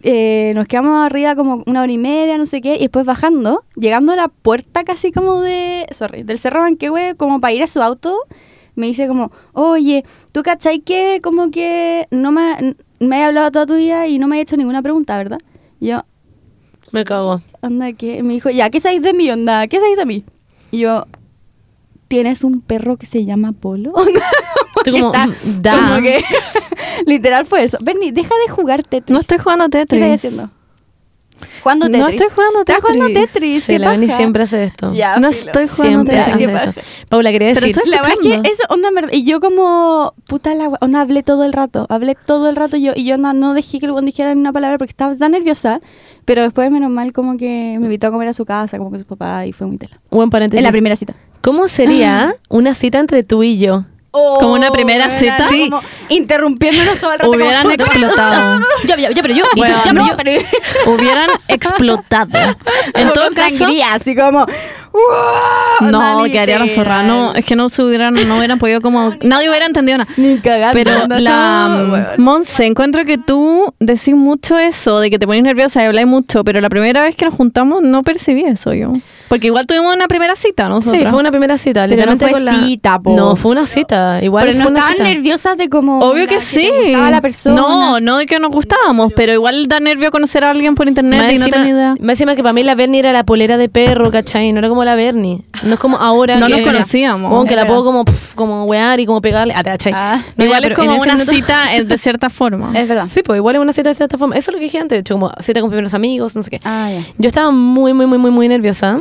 A: eh, nos quedamos arriba como una hora y media, no sé qué, y después bajando, llegando a la puerta casi como de, sorry, del Cerro Banquehue, como para ir a su auto, me dice como, oye, ¿tú cachai que como que no me, n- me has hablado toda tu vida y no me has hecho ninguna pregunta, verdad? Y yo,
C: Me cago.
A: anda, ¿qué? Me dijo, ya, ¿qué sabéis de mí, onda? ¿Qué sabéis de mí? Y yo, ¿tienes un perro que se llama Polo?
C: Tú como,
A: Está-
C: mm, da.
A: como que- literal fue eso. Bernie, deja de jugar Tetris.
B: No estoy jugando
A: ¿Qué
B: Tetris.
A: estás haciendo? Jugando
B: No estoy jugando
A: ¿Estás jugando
B: Tetris.
A: Tetris?
C: Sí,
A: ¿Qué
C: la Beni
A: paja?
C: siempre hace esto.
A: Ya,
B: No
A: filo.
B: estoy jugando
C: Siempre
B: Tetris.
A: ¿Qué
C: hace
A: pasa?
C: esto. Paula, quería
B: Pero
C: decir.
B: estoy
A: La verdad es
B: escuchando.
A: que eso, onda, en verdad, y yo como, puta la wea, onda, hablé todo el rato, hablé todo el rato yo, y yo no, no dejé que el weón dijera ni una palabra porque estaba tan nerviosa, pero después, menos mal, como que me invitó a comer a su casa, como que su papá, y fue muy tela.
C: Buen paréntesis.
A: en la primera Ah. cita.
C: ¿Cómo sería una cita entre tú y yo?
B: ¿Como una primera
A: weona,
B: cita?
A: como Interrumpiéndonos todo el rato.
B: Hubieran
A: como-
B: explotado.
C: Ya, ya, ya, pero yo.
B: y tú, ya,
A: no,
B: yo-
A: pero-
B: Hubieran explotado. En
A: como
B: todo
A: con
B: caso.
A: sangría, así como... ¡uah!
B: No,
A: Onda,
B: que haría la zorra.
A: literal.
B: No, es que no se hubieran, no hubieran podido como. Nadie hubiera entendido nada.
A: Ni cagando.
B: Pero
A: onda, no,
B: la
A: weón.
B: Monse, encuentro que tú decís mucho eso, de que te pones nerviosa y habláis mucho, pero la primera vez que nos juntamos no percibí eso yo. Porque igual tuvimos una primera cita, ¿no?
C: Sí, fue una primera cita.
A: Pero no
C: literalmente
A: fue
C: con la-
A: cita, po.
C: No, fue una cita. Igual
A: pero no
C: fue una
A: estaban
C: cita.
A: nerviosas de como
B: Obvio
A: onda,
B: que sí.
A: te gustaba la persona
B: No, no de que nos gustábamos, pero igual da nervio conocer a alguien por internet
C: Más
B: y no
C: encima-
B: tenía idea.
C: Más encima que para mí la Bernie era la polera de perro, ¿cachai? No era como la Bernie. No es como ahora.
B: No
C: que-
B: nos conocíamos.
C: Como que
A: Es
C: la
A: verdad.
C: puedo como, pf, como wear y como pegarle. Ah, ¿cachai?
A: Ah.
C: No, ya,
B: igual es
C: pero en
B: como
C: ese
B: una
C: minuto-
B: cita eh, de cierta forma.
A: es verdad
C: Sí, pues igual es una cita de cierta forma. Eso es lo que dije antes, de hecho, como cita con primeros amigos, no sé qué.
A: ah ya
C: Yo estaba muy, muy, muy, muy, muy nerviosa.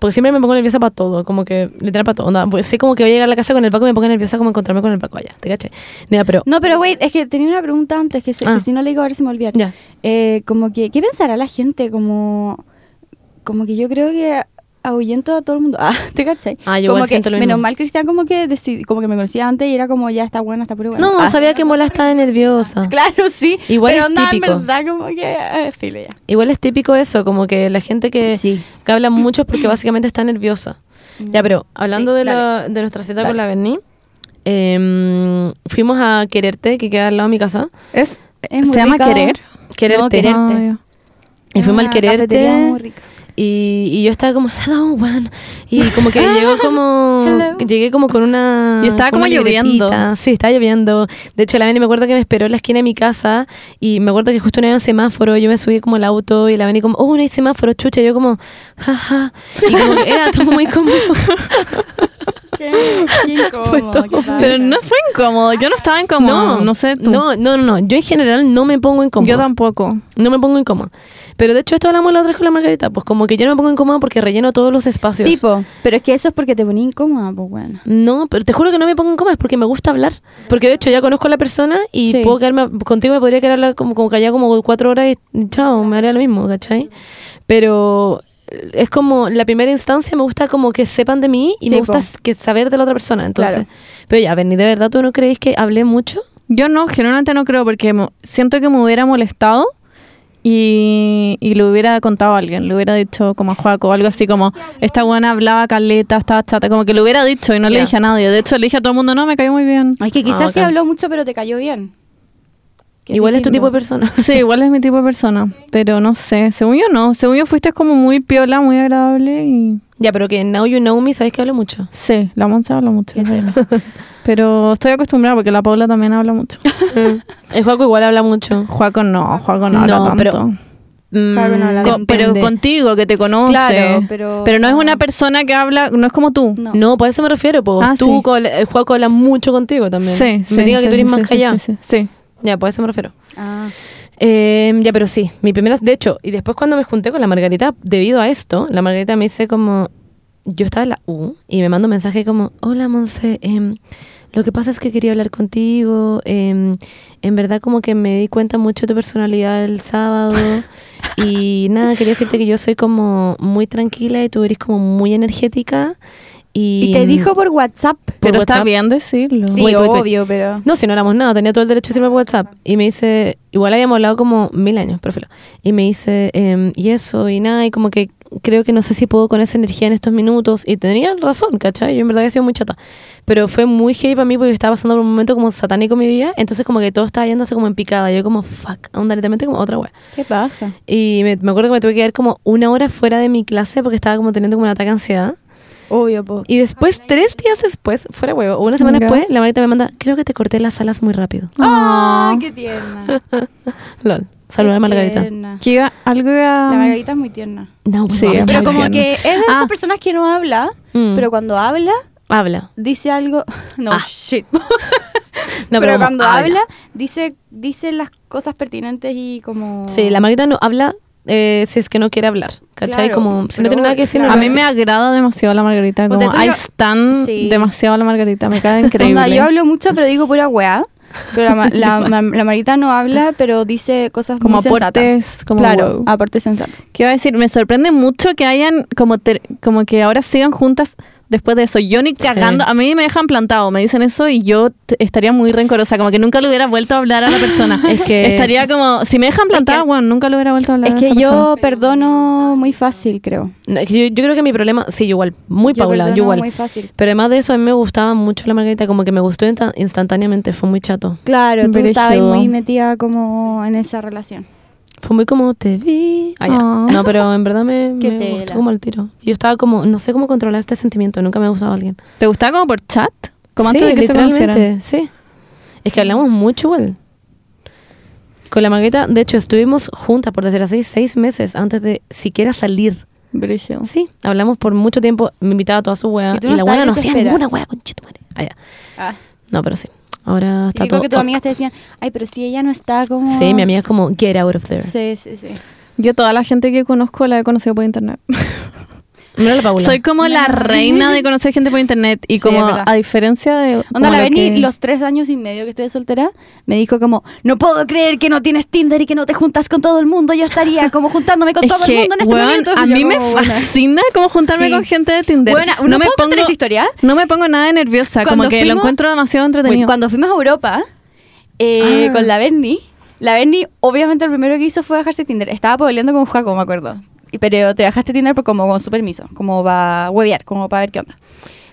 C: Porque siempre me pongo nerviosa para todo, como que literal para todo. Onda, pues, sé como que voy a llegar a la casa con el Paco y me pongo nerviosa como encontrarme con el Paco allá, ¿te caché? Mira, pero.
A: no pero wait es que tenía una pregunta antes que, se- que
C: Ah.
A: si no le digo ahora se me olvidó
C: Ya.
A: Eh, como que qué pensará la gente como como que yo creo que ahuyento a todo el mundo ah te cachai
C: Ah, yo
A: como que
C: igual siento lo
A: menos
C: mismo.
A: mal Cristian como que decid- como que me conocía antes y era como ya está buena está puro bueno
C: No,
A: Ah.
C: sabía que Mola estaba nerviosa.
A: claro sí
C: Igual
A: pero
C: es
A: onda,
C: típico.
A: en verdad como que eh, filo ya
C: Igual es típico eso, como que la gente que,
A: Sí. Mm.
C: que habla mucho es porque básicamente está nerviosa. Ya, pero hablando
A: Sí,
C: de, la- de nuestra cita
A: Dale.
C: con la Berni, em, fuimos a Quererte, que queda al lado de mi casa.
B: Es,
A: Es muy
B: se llama
A: rica.
B: querer.
A: querer-
C: Quererte.
A: Quererte.
B: Ah, ya.
C: Y
A: Es
C: fuimos
A: una
C: al Quererte.
A: cafetería muy rica.
C: Y, y yo estaba como, hello, one. Y como que llegó como.
A: Hello.
C: Llegué como con una.
B: Ah, Y estaba
C: con
B: como
C: una
B: lloviendo.
C: libretita. Sí, estaba lloviendo. De hecho, la Beni me acuerdo que me esperó en la esquina de mi casa. Y me acuerdo que justo no había un semáforo. Yo me subí como al auto. Y la Beni como, oh, no hay semáforo, chucha. Y yo como, jaja. Y como que era todo muy cómodo.
A: Qué incómodo, Oh, qué padre.
B: Pero no fue incómodo, yo no estaba incómodo. No, sé tú.
C: No, no, no, no. Yo en general no me pongo incómodo.
B: yo tampoco.
C: No me pongo incómoda. Pero de hecho, esto hablamos la otra vez con la Margarita. Pues como que yo no me pongo incómoda porque relleno todos los espacios.
A: Sí, po, pero es que eso es porque te ponía incómoda, pues bueno.
C: No, pero te juro que no me pongo incómoda, es porque me gusta hablar. Porque de hecho ya conozco a la persona y
A: Sí.
C: puedo quedarme contigo, me podría quedar hablar como, como callada como cuatro horas y chao, me haría lo mismo, ¿cachai? Pero eh, es como la primera instancia me gusta como que sepan de mí y
A: Sí,
C: me gusta
A: po.
C: s- que saber de la otra persona. Entonces,
A: Claro.
C: pero ya, Berni, ¿de verdad tú no creéis que hablé mucho?
B: Yo no, generalmente no creo porque mo- siento que me hubiera molestado y, y le hubiera contado a alguien, le hubiera dicho como a Joaco o algo así como, esta buena hablaba caleta, estaba chata, como que lo hubiera dicho y no le
C: Ya.
B: dije a nadie. De hecho, le dije a todo el mundo, no, me cayó muy bien.
A: Es que quizás
C: Ah,
A: sí
C: bacán.
A: habló mucho, pero te cayó bien. Que
C: Igual es tu tipo de
A: distinto.
C: persona.
B: Sí, igual es mi tipo de persona, pero no sé, según yo no, según yo fuiste como muy piola, muy agradable y...
C: ya, pero que now you know me, ¿sabes que hablo mucho?
B: Sí, la Monza habla mucho.
A: Qué
B: es verdad. Pero estoy acostumbrada porque la Paula también habla mucho.
C: Mm. El Juaco igual habla mucho.
B: Juaco no, Juaco no,
C: No,
B: habla
C: pero-
B: tanto.
A: Claro, no habla
C: Mm,
B: Co-
A: tanto.
C: co-
B: pero
C: depende.
B: contigo, que te conoce.
A: Claro, pero-
B: no es una persona que habla, no es como tú.
A: No.
C: No, por eso me refiero, po.
B: Ah,
C: tú,
B: sí.
C: con- el Juaco habla mucho contigo también.
B: Sí, sí.
C: Me diga que
B: sí,
C: tú eres
B: sí,
C: más
B: sí,
C: callado.
B: Sí, sí, sí.
C: Ya, por eso me refiero.
A: Ah.
C: Eh, ya, pero sí, mi primera, de hecho, y después cuando me junté con la Margarita, debido a esto, la Margarita me dice como, yo estaba en la U y me manda un mensaje como, hola Monse, em, lo que pasa es que quería hablar contigo, em, en verdad como que me di cuenta mucho de tu personalidad el sábado y nada, quería decirte que yo soy como muy tranquila y tú eres como muy energética. Y,
A: Y te dijo por WhatsApp.
B: Pero
C: WhatsApp.
B: está bien decirlo.
A: Sí,
C: Wait, wait, wait.
A: obvio, pero.
C: No, si no éramos nada, tenía todo el derecho siempre por WhatsApp. Y me dice, igual habíamos hablado como mil años, pero filo. Y me dice, em, y eso, y nada, y como que creo que no sé si puedo con esa energía en estos minutos. Y tenía razón, ¿cachai? Yo en verdad había sido muy chata. Pero fue muy heavy para mí porque estaba pasando por un momento como satánico en mi vida. Entonces como que todo estaba yéndose como en picada. Yo como, fuck, onda, literalmente como otra wea.
A: Qué paja.
C: Y me, me acuerdo que me tuve que quedar como una hora fuera de mi clase porque estaba como teniendo como un ataque de ansiedad.
A: Obvio, po.
C: Y después, tres días después, fuera huevo, o una semana
B: Ya.
C: después, la marita me manda, creo que te corté las alas muy rápido.
A: ¡Ah! qué tierna.
C: LOL. Saluda a
A: Qué
C: Margarita.
A: tierna.
B: Que iba- algo iba-
A: La Margarita es muy tierna.
C: No,
B: Sí,
C: huevón.
B: es
A: Pero
B: muy
A: como
B: tierna.
A: que es de esas
B: Ah.
A: personas que no habla,
C: Mm.
A: pero cuando habla,
C: Habla.
A: dice algo. No,
C: Ah.
A: shit.
C: No,
A: pero,
C: pero como
A: cuando
C: habla.
A: habla, dice, dice las cosas pertinentes y como.
C: Sí, la Margarita no habla eh, si es que no quiere hablar. ¿Cachai?
A: Claro,
C: como si
A: pero
C: no tiene nada que decir, no
B: A
C: lo
B: mí
C: hace.
B: me agrada demasiado la Margarita.
A: Ponte
B: Como,
A: tú,
B: ahí
A: yo-
B: están
A: Sí.
B: demasiado la Margarita. Me cae increíble.
A: Onda, yo hablo mucho, pero digo pura weá. Pero la, ma- la, ma- la Margarita no habla, pero dice cosas
B: como
A: muy sensatas.
B: aportes, como
A: claro,
B: wow.
A: aportes sensatos.
B: Ah, ¿Qué iba a decir? Me sorprende mucho que hayan, como, ter- como que ahora sigan juntas después de eso. Yo ni cagando, a mí me dejan plantado, me dicen eso y yo t- estaría muy rencorosa, como que nunca le hubiera vuelto a hablar a la persona.
C: Es que-
B: Estaría como, si me dejan plantada,
A: Eh, Es que-
B: bueno, nunca le hubiera vuelto a hablar
A: Es
B: a
A: que
B: esa persona.
A: yo perdono muy fácil, creo.
C: No, es que yo, yo creo que mi problema, sí, yo igual, muy
A: Yo
C: Paula,
A: perdono
C: yo igual.
A: muy fácil.
C: Pero además de eso, a mí me gustaba mucho la Margarita, como que me gustó insta- instantáneamente, fue muy chato.
A: Claro, tú
B: Brígido.
A: estabas ahí muy metida como en esa relación.
C: Fue muy como te vi. Ah, ya.
B: Ah.
C: No, pero en verdad me,
A: Qué
C: me
A: tela.
C: gustó como el tiro. Yo estaba como, no sé cómo controlar este sentimiento, nunca me ha gustado alguien.
B: ¿Te gustaba como por chat? Como
C: sí,
B: antes de que se conocieran.
C: literalmente, sí. Es que hablamos mucho igual. Con la Margarita, de hecho, estuvimos juntas, por decir así, seis meses antes de siquiera salir.
B: Brígido.
C: Sí, hablamos por mucho tiempo, me invitaba a toda su wea.
A: Y
C: Y,
A: tú no
C: la
A: estabas
C: buena no hacía
A: desesperada.
C: ninguna wea, conchetumare. Ah, ya.
A: Ah,
C: No, pero sí. Ahora está
A: y
C: todo. oh.
A: creo que tus amigas te decían, ay, pero si ella no está como...
C: Sí, mi amiga es como, get out of there.
A: Sí, sí, sí.
B: Yo toda la gente que conozco la he conocido por internet.
C: Mira la Paula.
B: Soy como la
A: No.
B: reina de conocer gente por internet y
A: Sí, es
B: como
A: verdad.
B: a diferencia de...
A: Onda,
B: como
A: la
B: lo
A: Beni,
B: que-
A: los tres años y medio que estoy soltera, me dijo como, no puedo creer que no tienes Tinder y que no te juntas con todo el mundo. Yo estaría como juntándome con
B: Es
A: todo
B: que,
A: el mundo en este
B: weón,
A: momento.
B: A
A: Y yo
B: mí me
A: como, "Buena".
B: fascina como juntarme
A: Sí.
B: con gente de Tinder.
A: Buena, ¿no,
B: me
A: puedo contar
B: pongo-
A: esta historia?
B: No me pongo nada nerviosa,
A: Cuando
B: como que
A: fuimos-
B: lo encuentro demasiado
A: Wait,
B: entretenido.
A: cuando fuimos a Europa eh,
B: Ah.
A: con la Berni, la Berni obviamente lo primero que hizo fue bajarse Tinder. Estaba pololeando con un Jaco, me acuerdo. Y- Pero te bajaste Tinder por- como con su permiso, como para huevear, como para ver qué onda.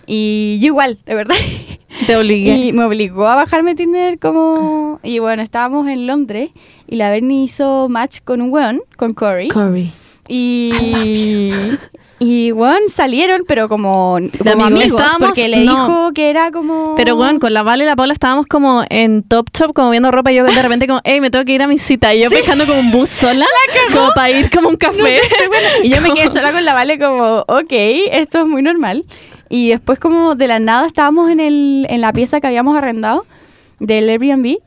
A: Y yo igual, de verdad.
B: Te obligué.
A: Y me obligó a bajarme Tinder como... Y bueno, estábamos en Londres y la Berni hizo match con un weón, con Corey.
C: Corey.
A: y... Y weón salieron, pero como, como
B: amigos.
A: amigos,
B: Estábamos-
A: porque le
B: no.
A: dijo que era como...
B: Pero bueno, con la Vale y la Paula estábamos como en Top Shop, como viendo ropa, y yo de repente como, hey, me tengo que ir a mi cita. Y yo pescando como un bus sola, como para ir como a un café.
A: Y yo me quedé sola con la Vale como, ok, esto es muy normal. Y después como de la nada estábamos en, el, en la pieza que habíamos arrendado del Airbnb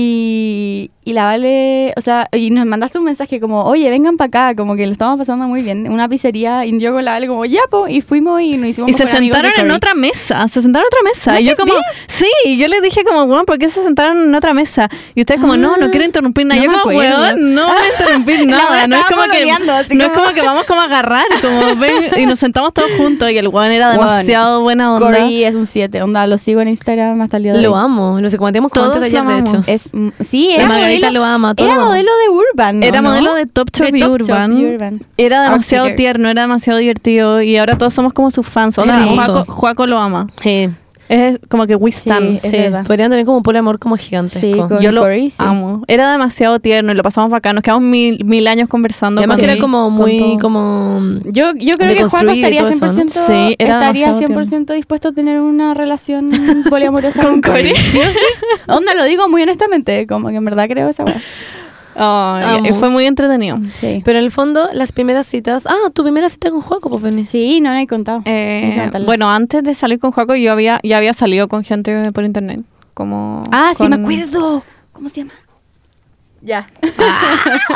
A: y, y la Vale, o sea, y nos mandaste un mensaje como, oye, vengan para acá, como que lo estamos pasando muy bien, en una pizzería, y yo con la Vale como, ya, po, y fuimos y nos hicimos
B: Y se
A: mejores amigos de
B: sentaron en
A: Corey.
B: otra mesa, se sentaron en otra mesa. y yo como, sí, y yo les dije como, bueno, ¿por qué se sentaron en otra mesa? Y ustedes como, Ah, no, no quiero interrumpir nada.
A: no
B: yo
A: me
B: como,
A: acuerdo.
B: weón, no voy a interrumpir nada.
A: verdad
B: No es
A: estaba
B: como que,
A: pololeando, así
B: no es
A: como-
B: como que vamos como a agarrar, como ven, y nos sentamos todos juntos. Y el weón era demasiado
A: Weón,
B: buena onda.
A: Corey es un 7, onda, lo sigo en Instagram hasta el día de
C: Lo
A: hoy.
C: amo. Lo sé, comentamos con
B: Todos
C: antes de ayer,
B: lo
C: de hecho.
B: amamos.
A: Es, mm, sí,
C: La
A: era
C: Margarita
A: modelo,
C: lo ama, todo
A: era
C: lo ama.
A: modelo de Urban, ¿no?
B: Era
A: ¿No?
B: modelo de Top Shop
A: De
B: y
A: Top Shop
B: Urban.
A: y Urban.
B: Era
A: Art
B: demasiado
A: Pickers.
B: tierno, era demasiado divertido y ahora todos somos como sus fans. O sea,
C: Sí.
B: Juaco, Juaco lo ama.
C: Sí,
B: Es como que we stan.
A: Es
C: sí.
A: verdad.
C: Podrían tener como un puro amor como gigantesco.
A: Sí, con-
B: Yo lo
A: Corey, sí.
B: amo. Era demasiado tierno y lo pasamos bacán. Nos quedamos mil, mil años
C: Y
B: conversando.
C: además
B: con-
C: que era como
B: con
C: muy
B: todo.
C: como
A: Yo, yo creo
C: de
A: que Juaco
C: construir y
A: estaría
C: todo eso,
A: 100%,
C: ¿no?
B: Sí, era
A: estaría
B: demasiado
A: 100% dispuesto a tener una relación poliamorosa
B: Con Corey.
A: ¿Sí o sí? Onda, lo digo muy honestamente, como que en verdad creo esa weá.
B: Ay,
C: Amo.
B: fue muy entretenido.
A: Sí.
C: Pero en el fondo, las primeras citas. Ah, tu primera cita con Juaco, pues Venice.
A: Sí, no me he contado.
B: Eh,
A: Cuéntala.
B: bueno, antes de salir con Juaco, yo había, ya había salido con gente por internet. Como
A: ah, sí,
B: con-
A: me acuerdo. ¿Cómo se llama? Ya.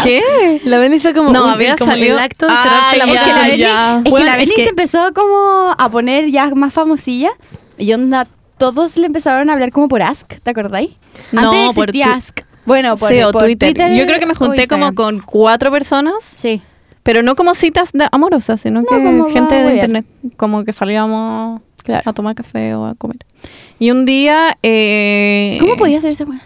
B: ¿Qué?
C: La Ben hizo como,
B: No,
C: un-
B: había
C: como
B: salido-
C: el acto de
B: Ah,
C: cerrarse la
B: ya,
C: boca.
B: ya.
A: Es
C: Bueno,
A: que la
C: es
A: Benny
C: que-
A: se empezó como a poner ya más famosilla y onda, todos le empezaron a hablar como por Ask, ¿te acordáis?
B: No,
A: Antes
B: por
A: existía
B: tu-
A: Ask. Bueno, por,
B: sí, o
A: por
B: Twitter. Yo creo que me
A: o
B: junté como
A: Instagram.
B: con cuatro personas,
A: Sí.
B: pero no como citas de- amorosas, sino que
A: como
B: gente
A: va a
B: de
A: huevear.
B: internet, como que salíamos
A: Claro.
B: a tomar café o a comer. Y un día... eh,
A: ¿Cómo podía hacer esa weá?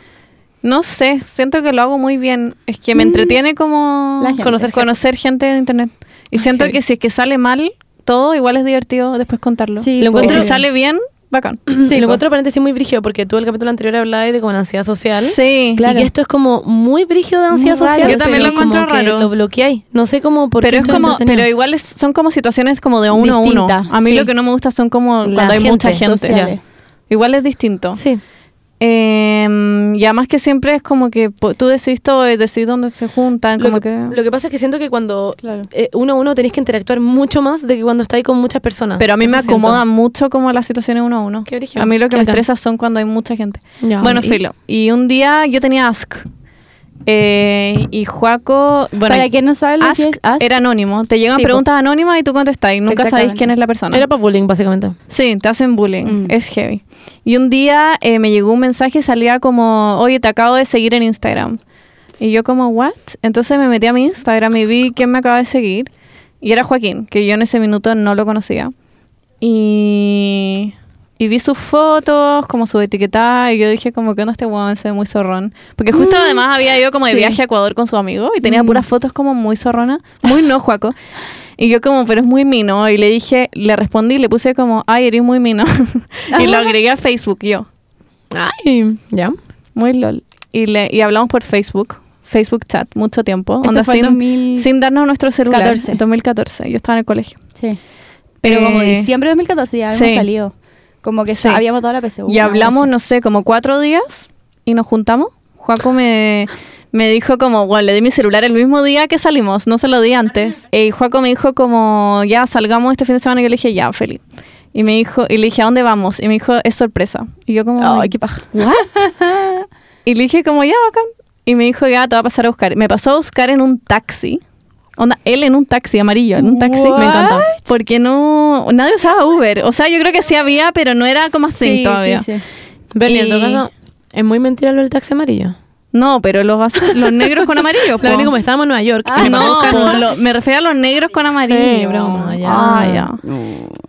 B: No sé, siento que lo hago muy bien. Es que me entretiene como
A: Mm. La gente.
B: conocer, conocer gente de internet. Y siento que si es que sale mal, todo igual es divertido después contarlo.
A: Sí,
B: lo
C: pues.
B: encuentro.
C: Sí.
B: Si sale bien, bacán.
A: Sí, pues,
C: lo
A: po.
C: encuentro paréntesis muy brígido porque tú el capítulo anterior hablabas de como la ansiedad social.
B: Sí,
C: Y que esto es como muy brígido de
A: Muy
C: ansiedad
A: raro,
C: social.
A: Yo también
C: pero
B: lo encuentro
C: como que
B: raro.
C: Lo bloqueáis. No sé cómo por qué
B: pero es
C: esto
B: como,
C: entretenido.
B: pero igual es- son como situaciones como de uno a uno.
A: Distinta,
B: A mí
A: sí.
B: lo que no me gusta son como
A: La
B: cuando hay mucha
A: gente,
B: gente.
A: sociales.
B: Igual es distinto.
C: Sí.
B: Eh, y además que siempre es como que po- tú decís todo, eh, decís dónde se juntan,
C: Lo
B: ah, como
C: que,
B: que...
C: lo que pasa es que siento que cuando
B: Claro.
C: eh, uno a uno tenés que interactuar mucho más de que cuando estáis con muchas personas.
B: Pero a mí
C: ah, Eso
B: me
C: siento.
B: acomoda mucho como las situaciones uno a uno.
C: Qué brígido.
B: A mí lo que
C: Qué
B: me
C: bacán.
B: estresa son cuando hay mucha gente.
C: Ya.
B: bueno,
C: Y-
B: filo. Y un día yo tenía Ask. Eh, y Juaco. Bueno,
A: Para quien no sabe lo
B: Ask,
A: que es Ask.
B: era anónimo. Te llegan
A: Sí,
B: preguntas anónimas y tú contestas y nunca sabes
A: Exactamente.
B: quién es la persona.
C: Era para bullying, básicamente.
B: Sí, te hacen bullying.
A: Mm.
B: Es heavy. Y un día eh, me llegó un mensaje y salía como, oye, te acabo de seguir en Instagram. Y yo como, ¿what? Entonces me metí a mi Instagram y vi quién me acaba de seguir. Y era Joaquín, que yo en ese minuto no lo conocía. Y, y vi sus fotos, como su etiqueta, y yo dije como que no este weón se ve muy zorrón. Porque justo además había ido como de
A: Mm, sí. Mm.
B: viaje a Ecuador con su amigo y tenía puras fotos como muy zorrona, muy no Juaco. Y yo como, pero es muy mino. Y le dije, le respondí, le puse como, ay, eres muy mino. y lo agregué a Facebook yo.
C: Ay, ya.
B: Muy lol. Y, le, y hablamos por Facebook, Facebook chat, mucho tiempo.
A: Esto
B: Onda
A: Este fue en
B: sin,
A: 2000.
B: sin darnos nuestro celular.
A: 14.
B: En 2014. Yo estaba en el colegio.
A: Sí. Pero como
B: Eh,
A: diciembre de 2014 ya habíamos
B: sí.
A: salido. Como que
B: Sí.
A: habíamos dado la PSU.
B: y hablamos,
A: no
B: no sé, como cuatro días y nos juntamos. Juaco me, me dijo como, bueno, le di mi celular el mismo día que salimos, no se lo di antes.
A: Ah,
B: Eh, Y Juaco me dijo como, ya, salgamos este fin de semana. Y yo le dije, ya, feliz. Y me dijo, y le dije, ¿a dónde vamos? Y me dijo, es sorpresa. Y yo como,
A: Ay, qué paja.
B: Y le dije como, ya, bacán. Y me dijo, ya, te va a pasar a buscar. Me pasó a buscar en un taxi. Onda, él en un taxi amarillo, en un taxi.
A: What? Me encantó.
B: Porque no, nadie usaba Uber. O sea, yo creo que sí había, pero no era como así todavía.
A: sí, sí.
C: Bernie, en
B: Y-
C: todo caso, es muy mentira lo del taxi amarillo.
B: No, pero los, az- los negros con amarillo.
C: La
B: po. Ah,
C: Bernie, como estábamos en Nueva York. y nos
B: no,
C: vamos a buscar
B: po,
C: un-
B: lo- me refiero a los negros con amarillo.
C: Sí, broma, ya.
B: Ah, ya.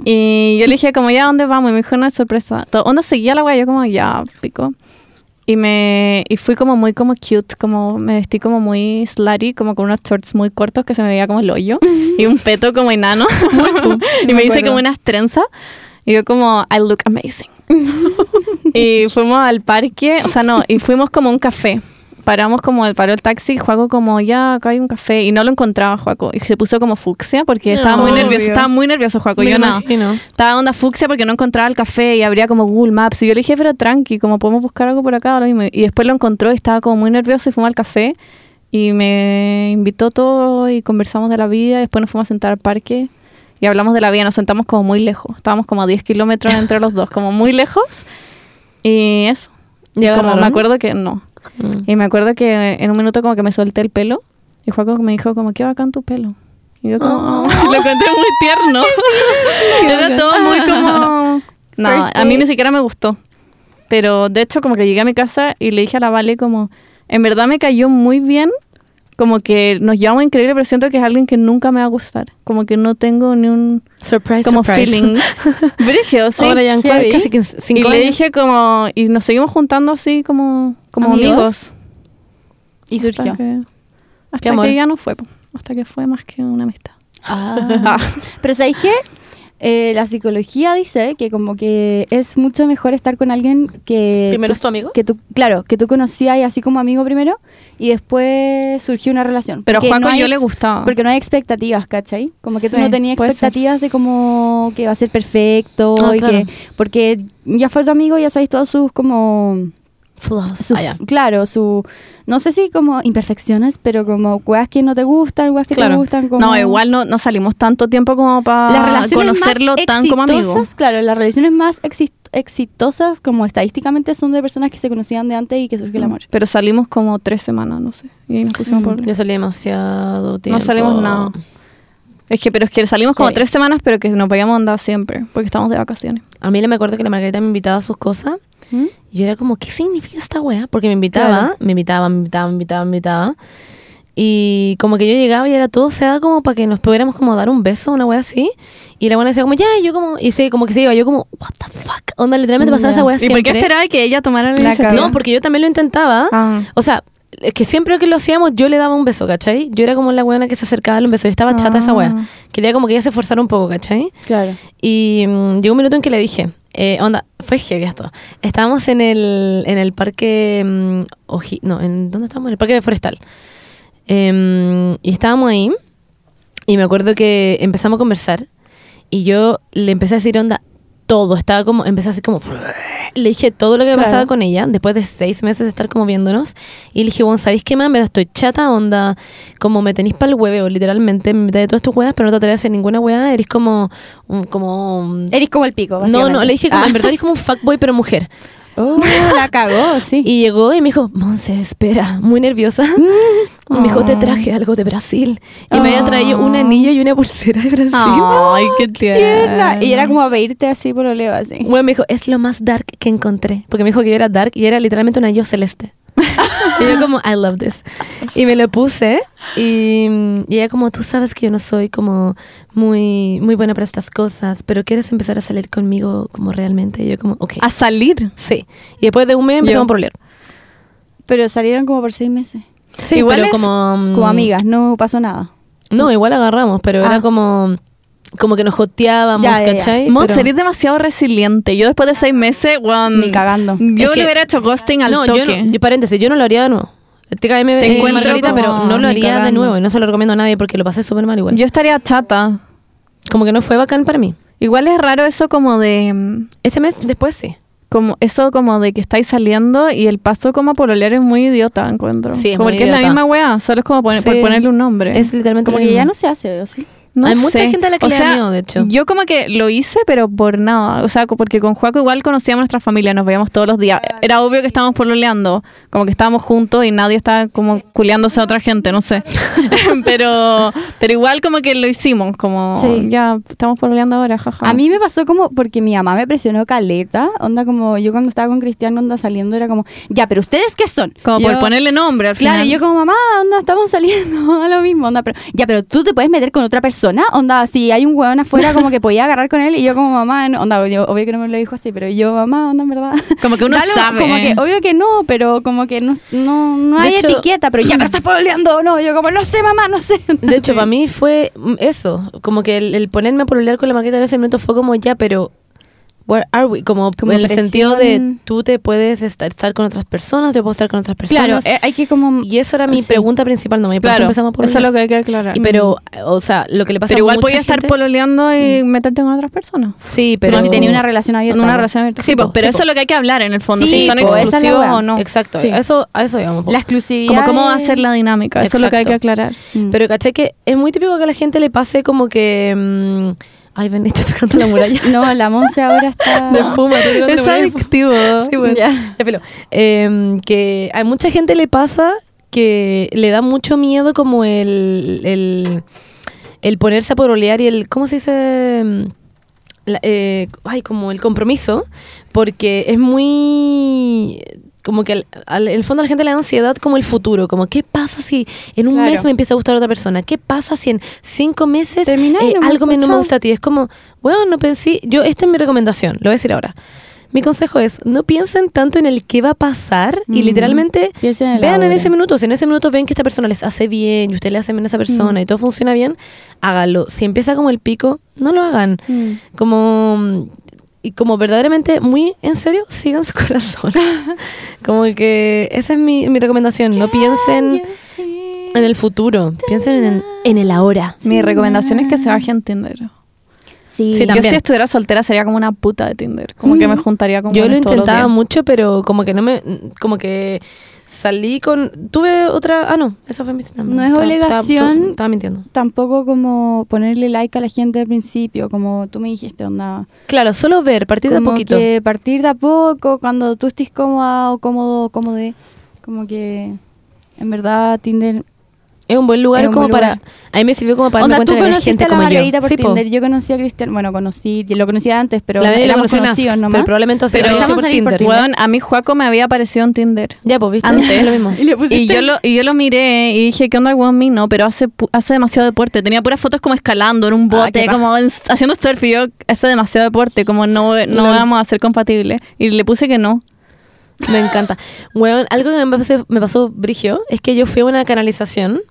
B: Y yo le dije, como, ya, ¿dónde vamos? Y me dijo, no, es sorpresa. To- Onda seguía la wea, yo como, ya, pico. Y me y fui como muy como cute, como me vestí como muy slutty, como con unos shorts muy cortos que se me veía como el hoyo y un peto como enano. y me hice
A: acuerdo.
B: como unas trenzas y yo como I look amazing. y fuimos al parque, o sea, no, y fuimos como a un café. Paramos como, al- paró el taxi, Juaco como, ya, acá hay un café, y no lo encontraba Juaco, y se puso como fucsia, porque estaba muy
C: Obvio.
B: nervioso, estaba muy nervioso Juaco,
C: Me
B: yo
C: lo
B: nada.
C: imagino.
B: Estaba onda fucsia porque no encontraba el café y abría como Google Maps. Y yo le dije, pero tranqui, como podemos buscar algo por acá, lo mismo. Y después lo encontró y estaba como muy nervioso y fuimos al café. Y me invitó todo y conversamos de la vida. Y después nos fuimos a sentar al parque y hablamos de la vida. Nos sentamos como muy lejos. Estábamos como a 10 kilómetros entre los dos, como muy lejos. Y eso. Y como
C: ¿Y
B: me
C: agarraron?
B: acuerdo que no.
C: Mm.
B: Y me acuerdo que en un minuto como que me solté el pelo y Juaco me dijo como, qué bacán tu pelo. Y yo
C: Ah.
B: como, "Oh". lo encontré muy tierno. Era todo muy como... Nada,
A: First
B: a mí ni
A: date.
B: siquiera me gustó. Pero de hecho como que llegué a mi casa y le dije a la Vale como, en verdad me cayó muy bien, como que nos llevamos increíble, pero siento que es alguien que nunca me va a gustar. Como que no tengo ni un...
C: Surprise,
B: Como
C: surprise.
B: feeling. Brígido, sí.
C: Ahora ya en
A: Heavy.
C: cua- casi quin- cinco
B: y le
C: años.
B: dije como, y nos seguimos juntando así como, como
A: ¿Amigos?
B: amigos.
A: Y surgió.
B: Hasta que, hasta
C: Qué amor.
B: que ya no fue, po. hasta que fue más que una amistad.
A: Ah. Pero ¿sabéis qué? Eh, la psicología dice que como que es mucho mejor estar con alguien que...
C: Primero
A: tú-
C: es tu amigo.
A: Que tú, claro, que tú conocías y así como amigo primero y después surgió una relación.
B: Pero a
A: Porque
B: Juaco
A: hay
B: yo
A: ex-
B: le gustaba.
A: Porque no hay expectativas, ¿cachai? Como que tú
B: Ah. Sí,
A: no tenías
B: puede ser.
A: expectativas de como que va a ser perfecto
C: Ah,
A: y
C: claro.
A: que... Porque ya fue tu amigo y ya sabéis todos sus como...
C: Flaws.
A: su- Claro, su... No sé si como imperfecciones, pero como weas que no te gustan, weas que
C: Claro.
A: te gustan como...
B: No, igual no, no salimos tanto tiempo como
A: Las
B: para
A: relaciones
B: conocerlo
A: más
B: tan como amigo.
A: exitosas, Claro, las relaciones más exit- exitosas, como estadísticamente, son de personas que se conocían de antes y que surgió el amor.
B: Pero salimos como tres semanas, no sé. Y ahí nos pusimos
A: Mm.
B: por
C: Yo salí demasiado tiempo.
B: No salimos nada. Es que, pero es que salimos como
C: Sí.
B: tres semanas, pero que nos podíamos andar siempre, porque estábamos de vacaciones.
C: A mí le- me acuerdo que la Margarita me invitaba a sus cosas.
A: ¿Mm?
C: Y yo era como, ¿qué significa esta weá? Porque me invitaba,
B: Claro.
C: me invitaba, me invitaba, me invitaba, me invitaba. Y como que yo llegaba y era todo se da como para que nos pudiéramos como dar un beso, una weá así. Y la buena decía como, ya, y yo como, y se, como que se iba, yo como, what the fuck. Onda, literalmente pasaba esa weá
B: ¿Y por qué
C: siempre.
B: esperaba que ella tomara
A: La
B: la, iniciativa?
A: cagó.
C: No, porque yo también lo intentaba.
B: Ah.
C: O sea, es que siempre que lo hacíamos yo le daba un beso, ¿cachai? Yo era como la weona que se acercaba a un beso. Yo estaba chata esa
B: Ah.
C: weá. Quería como que ella se esforzara un poco, ¿cachai?
A: Claro.
C: Y mm, llegó un minuto en que le dije, eh, onda, fue heavy esto. Estábamos en el, en el parque, mm, Oji- no, ¿en dónde estábamos? En el parque forestal. Em, y estábamos ahí y me acuerdo que empezamos a conversar y yo le empecé a decir onda todo, estaba como, empecé así como, le dije todo lo que me
B: Claro.
C: pasaba con ella después de seis meses de estar como viéndonos y le dije, bueno, ¿sabéis qué más? En verdad estoy chata, onda, como me tenéis para el hueveo, literalmente, me metáis de todas tus huevas, pero no te atreves a hacer ninguna hueá, eres como, un- como, un-
A: Eres como el pico,
C: no, no, le dije como,
A: Ah.
C: en verdad eres como un fuckboy pero mujer.
A: Oh, la cagó, sí.
C: Y llegó y me dijo, Monse, espera, muy nerviosa. me dijo, te traje algo de Brasil. Y me había traído un anillo y una pulsera de Brasil.
A: Ah.
B: Ay, qué
A: tierna. Y era como a pedirte así por oleo, así.
C: Bueno, me dijo, es lo más dark que encontré. Porque me dijo que yo era dark y era literalmente un anillo celeste. y yo como, I love this. Y me lo puse y, y ella como, tú sabes que yo no soy como muy, muy buena para estas cosas, pero quieres empezar a salir conmigo como realmente. Y yo como, ok.
B: A salir.
C: Sí. Y después de un mes empezamos por leer.
A: Pero salieron como por seis meses.
C: Sí,
B: Igual
C: pero
B: es
C: como... mm,
A: Como amigas, no pasó nada.
C: No, igual agarramos, pero era
A: Mm. Ah.
C: como como que nos joteábamos,
A: Ya, ya, ya.
C: ¿cachai?
B: Mon,
C: Pero-
B: eres demasiado resiliente. Yo después de seis meses, weón,
A: Ni cagando.
B: Yo
C: Es que-
B: le hubiera hecho ghosting al
C: no,
B: toque.
C: yo no, yo paréntesis, yo no lo haría de nuevo. TKM
B: Te
C: eh,
B: encuentro
C: Margarita,
B: como-
C: pero no lo
A: ni
C: haría de
A: cagando.
C: nuevo y no se lo recomiendo a nadie porque lo pasé súper mal igual.
B: Yo estaría chata.
C: como que no fue bacán para mí.
B: Igual es raro eso como de. mm,
C: Ese mes después sí.
B: Como eso como de que estáis saliendo y el paso como a pololear es muy idiota, encuentro.
C: Sí, es
B: Porque
C: muy
B: es la
C: idiota.
B: misma wea, solo es como poner- por
C: Sí.
B: ponerle un nombre.
C: Es literalmente
A: Como
C: lo
A: que ya
C: mismo.
A: no se hace, ¿o sí?
B: No
C: Hay mucha
B: sé.
C: gente a la que
B: O
C: le da
B: sea,
C: miedo, de hecho.
B: Yo como que lo hice, pero por nada. O sea, co- porque con Juaco igual conocíamos nuestra familia, nos veíamos todos los días. Era obvio que estábamos pololeando, como que estábamos juntos y nadie estaba como culeándose a otra gente, no sé. pero, pero igual como que lo hicimos, como
A: Sí.
B: ya estamos pololeando ahora, jaja.
A: A mí me pasó como porque mi mamá me presionó caleta. Onda como yo cuando estaba con Cristiano, onda saliendo, era como, ya, pero ¿ustedes qué son?
B: como
A: Yo-
B: por ponerle nombre al
A: Claro,
B: final.
A: y yo como mamá, onda, estamos saliendo, da lo mismo, onda, pero ya, pero tú te puedes meter con otra persona, onda, si hay un hueón afuera como que podía agarrar con él y yo como mamá, no- onda, yo- obvio que no me lo dijo así, pero yo mamá, onda, en verdad.
B: Como que uno
A: Da lo-
B: sabe. ¿eh?
A: Como que obvio que no, pero como que no, no, no
C: De
A: hay
C: hecho-
A: etiqueta, pero ya, pero estás pololeando o no, yo como no sé mamá, no sé.
C: De hecho, para mí fue mm, eso. Como que el, el ponerme a pololear con la Margarita en ese momento fue como ya, pero. Where are we? Como,
A: Como
C: en el
A: presión.
C: sentido de tú te puedes estar, estar con otras personas, yo puedo estar con otras
A: Claro,
C: personas.
A: eh, hay que como
C: Y eso era mi
A: Sí.
C: pregunta principal, no me
B: Mm. Claro,
C: empezamos por
B: eso es lo que hay que aclarar.
C: Y pero, o sea, lo que le pasa
B: pero
C: a
B: igual
C: mucha
B: podía estar
C: gente-
B: pololeando y meterte con otras personas.
C: Sí, pero,
A: pero, si tenía una relación abierta.
B: En una
A: ¿no?
B: relación abierta.
C: Sí,
B: Sí,
C: po,
B: po, pero
C: sí,
B: eso
C: po.
B: es lo que hay que hablar en el fondo,
A: Sí,
B: si son
A: po, esa es la
B: exclusivos
A: wea.
B: o no.
C: Exacto,
A: Sí.
C: a eso a eso íbamos. po.
A: La exclusividad.
B: Como cómo va a
A: es-
B: ser la dinámica, eso es lo que hay que aclarar.
A: Mm.
C: Pero caché que es muy típico que a la gente le pase como que mm, ay, ven, estoy tocando la muralla
A: No, la Monse ahora está...
C: de Puma, estoy tocando la muralla de Puma.
B: adictivo.
C: Sí, bueno.
A: Ya.
C: Ya, filo. Em, que a mucha gente le pasa que le da mucho miedo como el, el, el ponerse a porolear y el, ¿cómo se dice? Em, la- eh, ay, como el compromiso, porque es muy... Como que al, al- en el fondo a la gente le da ansiedad como el futuro, como qué pasa si en un
A: Claro.
C: mes me empieza a gustar otra persona, qué pasa si en cinco meses
A: Termina y
C: eh,
A: no me
C: algo me, no me
A: escuchó.
C: gusta a ti. Es como, bueno, no pensé, yo, esta es mi recomendación, lo voy a decir ahora. Mi consejo es, no piensen tanto en el qué va a pasar y
A: Mm.
C: literalmente
A: Piensen en el
C: vean en
A: ahora.
C: ese minuto. Si en ese minuto ven que esta persona les hace bien y ustedes le hacen bien a
A: Mm.
C: esa persona y todo funciona bien, hágalo. Si empieza como el pico, no lo hagan.
A: Mm.
C: Como... Y como verdaderamente muy en serio, sigan su corazón. como que esa es mi, mi recomendación. No piensen en el futuro, piensen en el, en el ahora.
B: Mi recomendación es que se baje en Tinder.
A: Sí,
C: Sí,
B: Yo
C: también.
B: si estuviera soltera sería como una puta de Tinder. Como que me juntaría con
C: Yo lo
B: buenos todos los
C: intentaba
B: días.
C: mucho, pero como que no me. Como que salí con. Tuve otra. Ah, no, eso fue mi
A: No es obligación.
C: Estaba, mintiendo.
A: tampoco como ponerle like a la gente al principio, como tú me dijiste, onda.
C: Claro, solo ver, partir de a
A: como
C: poquito.
A: que partir de a poco, cuando tú estés cómoda o cómodo, cómodo, como que en verdad Tinder...
C: Es un buen lugar
A: Es un
C: como
A: buen
C: para.
A: lugar.
C: A mí me sirvió como para
A: onda,
C: darme
A: tú
C: cuenta que la
A: conociste
C: gente
A: a la
C: como
A: Margarita
C: yo.
A: por
C: Sí, po.
A: Tinder, yo conocí a Cristian, bueno, conocí, lo conocía antes, pero
C: la Belén lo
A: éramos
C: conoció en Ask,
A: conocidos nomás.
C: Pero probablemente así
B: Pero
C: lo conocí
B: empezamos
C: por
A: a salir por
C: Tinder.
A: Tinder.
B: Weón, a mí Juaco me había aparecido en Tinder.
C: Ya, pues, ¿viste?
B: Antes.
C: Es lo mismo.
A: Y le pusiste...
B: Y yo lo, y yo lo miré y dije, ¿qué onda el weón no? Pero hace, pu- hace demasiado deporte. Tenía puras fotos como escalando en un bote,
A: Ah, qué paja.
B: Ah, como en- haciendo surf. Y yo, hace demasiado deporte, como no, no
C: Lol.
B: vamos a ser compatibles. Y le puse que no.
C: Me encanta. Weón, algo que me pasó, me pasó Brigio es que yo fui a una canalización.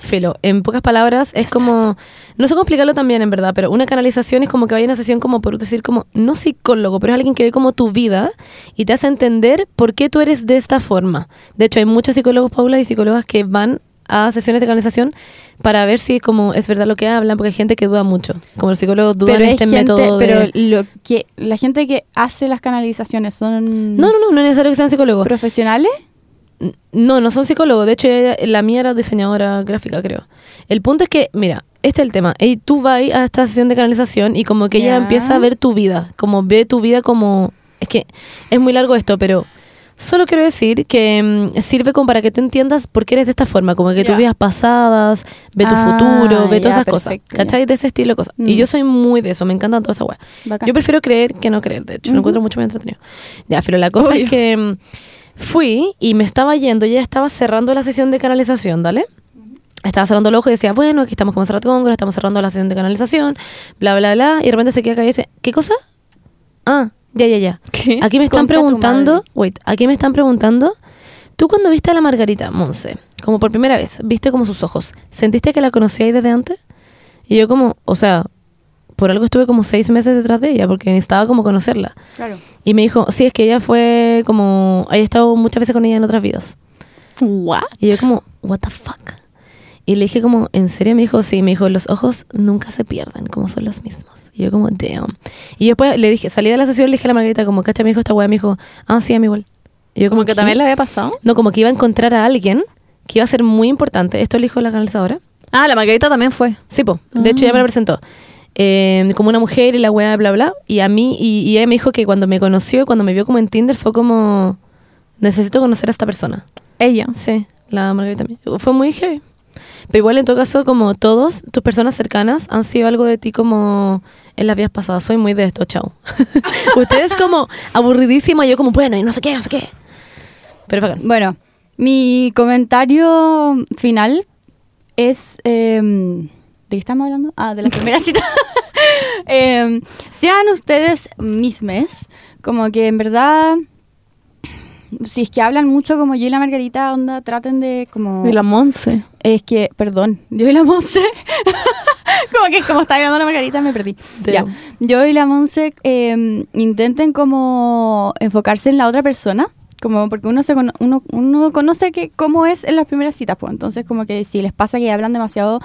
C: Filo, en pocas palabras, es como. No sé cómo explicarlo también, en verdad, pero una canalización es como que vaya a una sesión, como por decir, como no psicólogo, pero es alguien que ve como tu vida y te hace entender por qué tú eres de esta forma. De hecho, hay muchos psicólogos, Paula, y psicólogas que van a sesiones de canalización para ver si como es verdad lo que hablan, porque hay gente que duda mucho. Como los psicólogos dudan
A: pero
C: de
A: hay
C: este
A: gente-
C: método. de-
A: pero lo que la gente que hace las canalizaciones son
C: No, no, no, no es necesario que sean psicólogos.
A: profesionales.
C: No, no son psicólogos. De hecho, ella- la mía era diseñadora gráfica, creo. El punto es que, mira, este es el tema. Ey, tú vas a esta sesión de canalización y como que
A: Ya.
C: ella empieza a ver tu vida. Como ve tu vida como... Es que es muy largo esto, pero solo quiero decir que mm, sirve como para que tú entiendas por qué eres de esta forma. Como que
A: Ya.
C: tú vidas pasadas, ve tu
A: Ah,
C: futuro, ve
A: ya,
C: todas esas
A: perfecto,
C: cosas.
A: ya.
C: ¿Cachai? De ese estilo de cosas. Y
A: Mm.
C: yo soy muy de eso. Me encantan todas esas weas.
A: Bacán.
C: Yo prefiero creer que no creer, de hecho,
A: Ujú.
C: lo encuentro mucho más entretenido. Ya, pero la cosa
A: Obvio.
C: es que mm, fui y me estaba yendo, ya estaba cerrando la sesión de canalización, ¿dale? Estaba cerrando los ojos y decía, bueno, aquí estamos con Serrat Góngora, estamos cerrando la sesión de canalización, bla, bla, bla. Y de repente se queda acá y dice, ¿qué cosa? Ah, ya, ya, ya.
B: ¿Qué?
C: Aquí me están
A: Concha tu
C: preguntando,
A: madre.
C: wait, aquí me están preguntando, tú cuando viste a la Margarita, Monse, como por primera vez, viste como sus ojos, ¿sentiste que la conocíais desde antes? Y yo como, o sea, por algo estuve como seis meses detrás de ella, porque necesitaba como conocerla.
A: Claro.
C: Y me dijo, sí, es que ella fue como, he estado muchas veces con ella en otras vidas.
B: ¿What?
C: Y yo como, what the fuck. Y le dije como, ¿en serio? Me dijo, sí, me dijo, los ojos nunca se pierden, como son los mismos. Y yo como, damn. Y después le dije, salí de la sesión, le dije a la Margarita como, cacha, me dijo esta weá, me dijo, ah, sí, a mí igual. Y yo
B: Como que
C: ¿qué?
B: también le había pasado.
C: No, como que iba a encontrar a alguien que iba a ser muy importante. Esto le dijo la canalizadora.
B: Ah, la Margarita también fue.
C: Sí, po. De hecho, ya
B: Ah.
C: me la presentó. Eh, como una mujer y la weá, bla, bla. Y a mí, y, y ella me dijo que cuando me conoció, cuando me vio como en Tinder, fue como, necesito conocer a esta persona.
B: Ella.
C: Sí, la Margarita también. Fue muy heavy. Pero igual, en todo caso, como todos, tus personas cercanas han sido algo de ti como en las vías pasadas. Soy muy de esto, chao. Ustedes como aburridísima, yo como, bueno, y no sé qué, no sé qué. Pero bacán.
A: Bueno, mi comentario final es em, ¿de qué estamos hablando? Ah, de la primera cita. Em, sean ustedes mismes, como que en verdad si es que hablan mucho como yo y la Margarita, onda, traten de como
B: Y la Monse.
A: es que, perdón, yo y la Monse. como que como estaba grabando la margarita me perdí.
C: Te-
A: Ya. Yo y la Monse eh, intenten como enfocarse en la otra persona. Como porque uno, se cono- uno, uno conoce que cómo es en las primeras citas, pues. Entonces, como que si les pasa que hablan demasiado,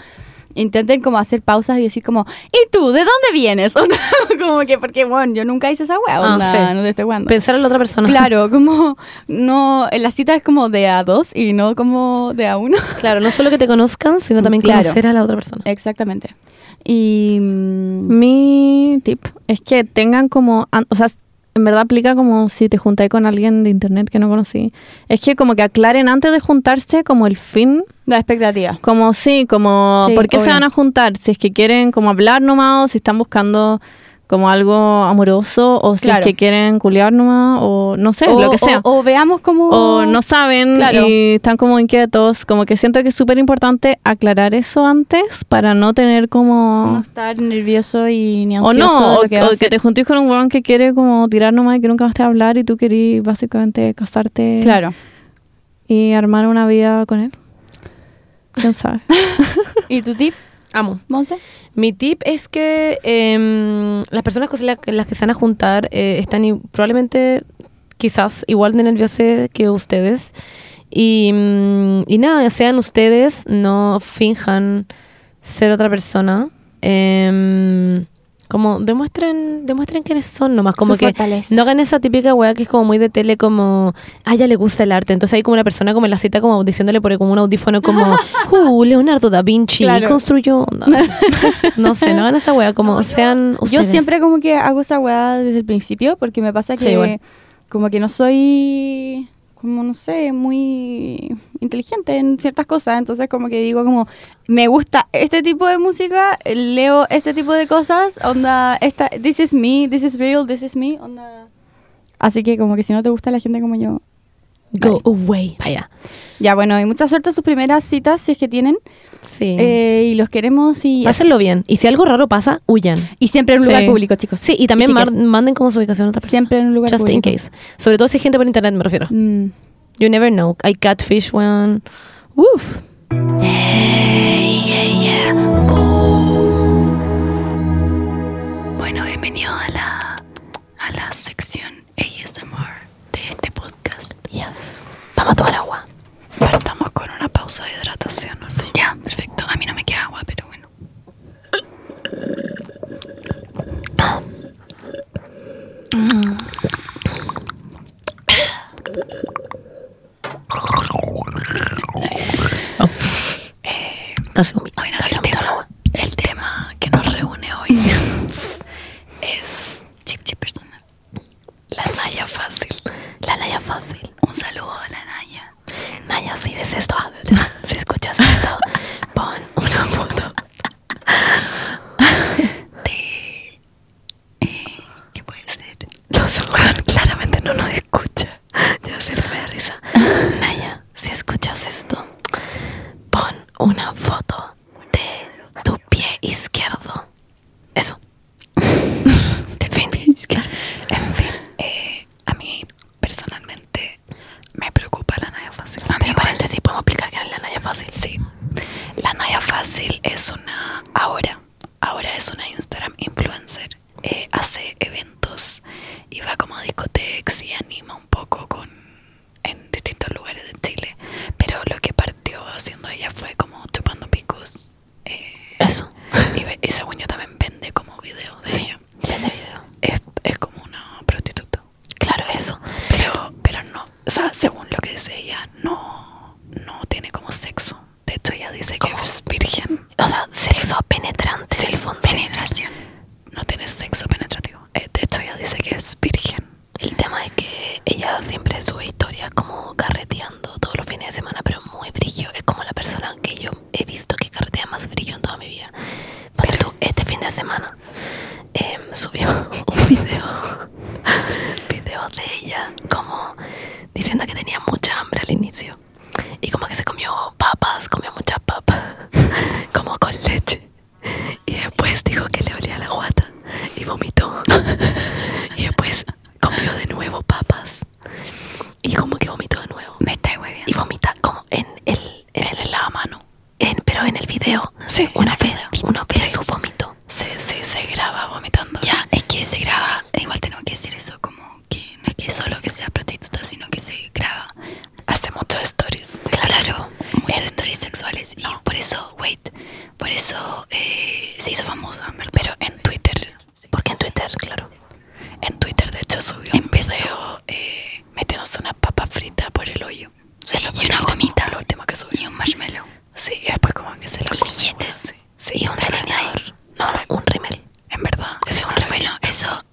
A: intenten como hacer pausas y decir como, ¿y tú? ¿De dónde vienes? Onda, como que, porque, bueno, yo nunca hice esa hueá,
C: Ah,
A: onda,
C: sí.
A: no te estoy jugando.
C: Pensar en la otra persona.
A: Claro, como, no, en la cita es como de a dos y no como de a uno.
C: Claro, no solo que te conozcan, sino también
A: Claro.
C: conocer a la otra persona.
A: Exactamente. Y. mm,
B: Mi tip es que tengan como, an- o sea, en verdad aplica como si te juntáis con alguien de internet que no conocí. Es que como que aclaren antes de juntarse como el fin,
A: La expectativa.
B: como sí, como
A: Sí,
B: por qué se
A: obvio.
B: van a juntar, si es que quieren como hablar nomás o si están buscando como algo amoroso o si
A: Claro.
B: es que quieren culiar nomás o no sé, lo que sea.
A: O, o veamos como.
B: O no saben
A: Claro.
B: y están como inquietos, como que siento que es súper importante aclarar eso antes para no tener como...
A: no estar nervioso y ni
B: O
A: ansioso.
B: no,
A: de
B: o
A: lo
B: o
A: que
B: que,
A: va a hacer.
B: te juntís con un weón que quiere como tirar nomás y que nunca vas a hablar y tú querís básicamente casarte
A: Claro.
B: y armar una vida con él. ¿Quién sabe?
A: ¿Y tu tip,
C: Amo.
A: Monse?
C: Mi tip es que em, las personas con la- las que se van a juntar eh, están i- probablemente quizás igual de nerviosas que ustedes. Y, mm, y nada, sean ustedes, no finjan ser otra persona. Em, Como demuestren, demuestren quiénes son nomás. Como
E: Su
C: que
E: fortaleza.
C: Este. no hagan esa típica weá que es como muy de tele, como, ah, ya le gusta el arte. Entonces hay como una persona como en la cita, como diciéndole por como un audífono, como, uh, Leonardo da Vinci
B: Claro.
C: construyó. No, no sé, no hagan esa weá, como sean ustedes.
E: Yo siempre como que hago esa weá desde el principio porque me pasa que
C: Sí, igual.
E: como que no soy, como no sé, muy inteligente en ciertas cosas. Entonces como que digo como, me gusta este tipo de música, leo este tipo de cosas, onda, esta, this is me, this is real, this is me, onda. Así que como que si no te gusta la gente como yo.
C: Go away. Vaya.
E: Ya, bueno, y mucha suerte en sus primeras citas si es que tienen.
C: Sí.
E: Eh, y los queremos y...
C: Pásenlo bien. Y si algo raro pasa, huyan.
E: Y siempre en un lugar
B: Sí.
E: público, chicos.
C: Sí, y también
E: chicas.
C: mar- manden como su ubicación a otra persona.
E: Siempre en un lugar
C: Just in
E: público.
C: case. Sobre todo si hay gente por internet, me refiero.
E: Mm.
C: You never know. I catfish one. Uf.
E: Bueno, bienvenido a la, a la sección ASMR de este podcast. Yes. Vamos a tomar agua. Partamos con una pausa de hidratación. Sí. Ya, perfecto. A mí no me queda agua, pero bueno.
C: Casi vomito. Casi vomito el agua.
E: El tema que nos reúne hoy es chip chip personal. La Naya fácil. La Naya fácil. Un saludo a la Naya. Naya, si ves esto, si escuchas esto, pon una foto. De- eh, ¿Qué puede ser? No sé, weón, claramente no nos escucha. Yo siempre me da risa. Naya, si escuchas esto, pon una foto de tu pie izquierdo. Eso. En fin. En fin, eh, a mí personalmente me preocupa la Naya Fácil. Pero paréntesis, podemos explicar qué es la Naya Fácil. Sí. La Naya Fácil es una. Ahora. Ahora es una Instagram influencer. Eh, hace eventos y va como a discotecas y anima un poco con en distintos lugares de Chile. Pero lo que partió haciendo ella fue como chupando picos. eh,
C: Eso.
E: y, ve- y según yo también vende como video de ella.
C: Vende video.
E: Es, es como una prostituta.
C: Claro, eso.
E: Pero, pero no, o sea, según lo que dice ella, no, no tiene como sexo. De hecho, ella dice que es virgen.
C: O sea, sexo penetrante. el fondo.
E: Penetración. No tiene sexo penetrativo. Eh, de hecho, ella dice que es virgen.
C: El tema es que ella siempre sube historias como carreteando todos los fines de semana, pero muy brillo. Es como la persona que yo he visto que carretea más brillo en toda mi vida. Ponte tú, este fin de semana eh, subió un video, video de ella, como diciendo que tenía mucha hambre al inicio. Y como que se comió papas, comió muchas papas, como con leche. Y después dijo que le olía la guata y vomitó. Y después comió de nuevo papas. Y como que vomitó de nuevo.
E: Me está hueviendo.
C: Y vomita como en el, en el lavamano. En, pero en el video.
E: Sí,
C: Una vez, una vez su vómito.
E: Se, se, se graba vomitando.
C: Ya, es que se graba.
E: Eh, Igual tenemos que decir eso, como que no es que solo que sea prostituta, sino que se graba. Hace muchos stories. Claro, muchos stories sexuales. Y por eso, wait, por eso eh, se hizo famosa, ¿verdad? Pero en Twitter.
C: Porque en Twitter, claro.
E: En Twitter, de hecho, subió
C: Empezó.
E: un video eh, metiéndose una papa frita por el hoyo. Eso fue y una gomita. Lo último que subió. Y un marshmallow. Sí, y después como que se lo comió, Sí, sí,
C: Y un
E: pero es
C: delineador. No, no, un rimel.
E: En verdad, ese hombre. Bueno, eso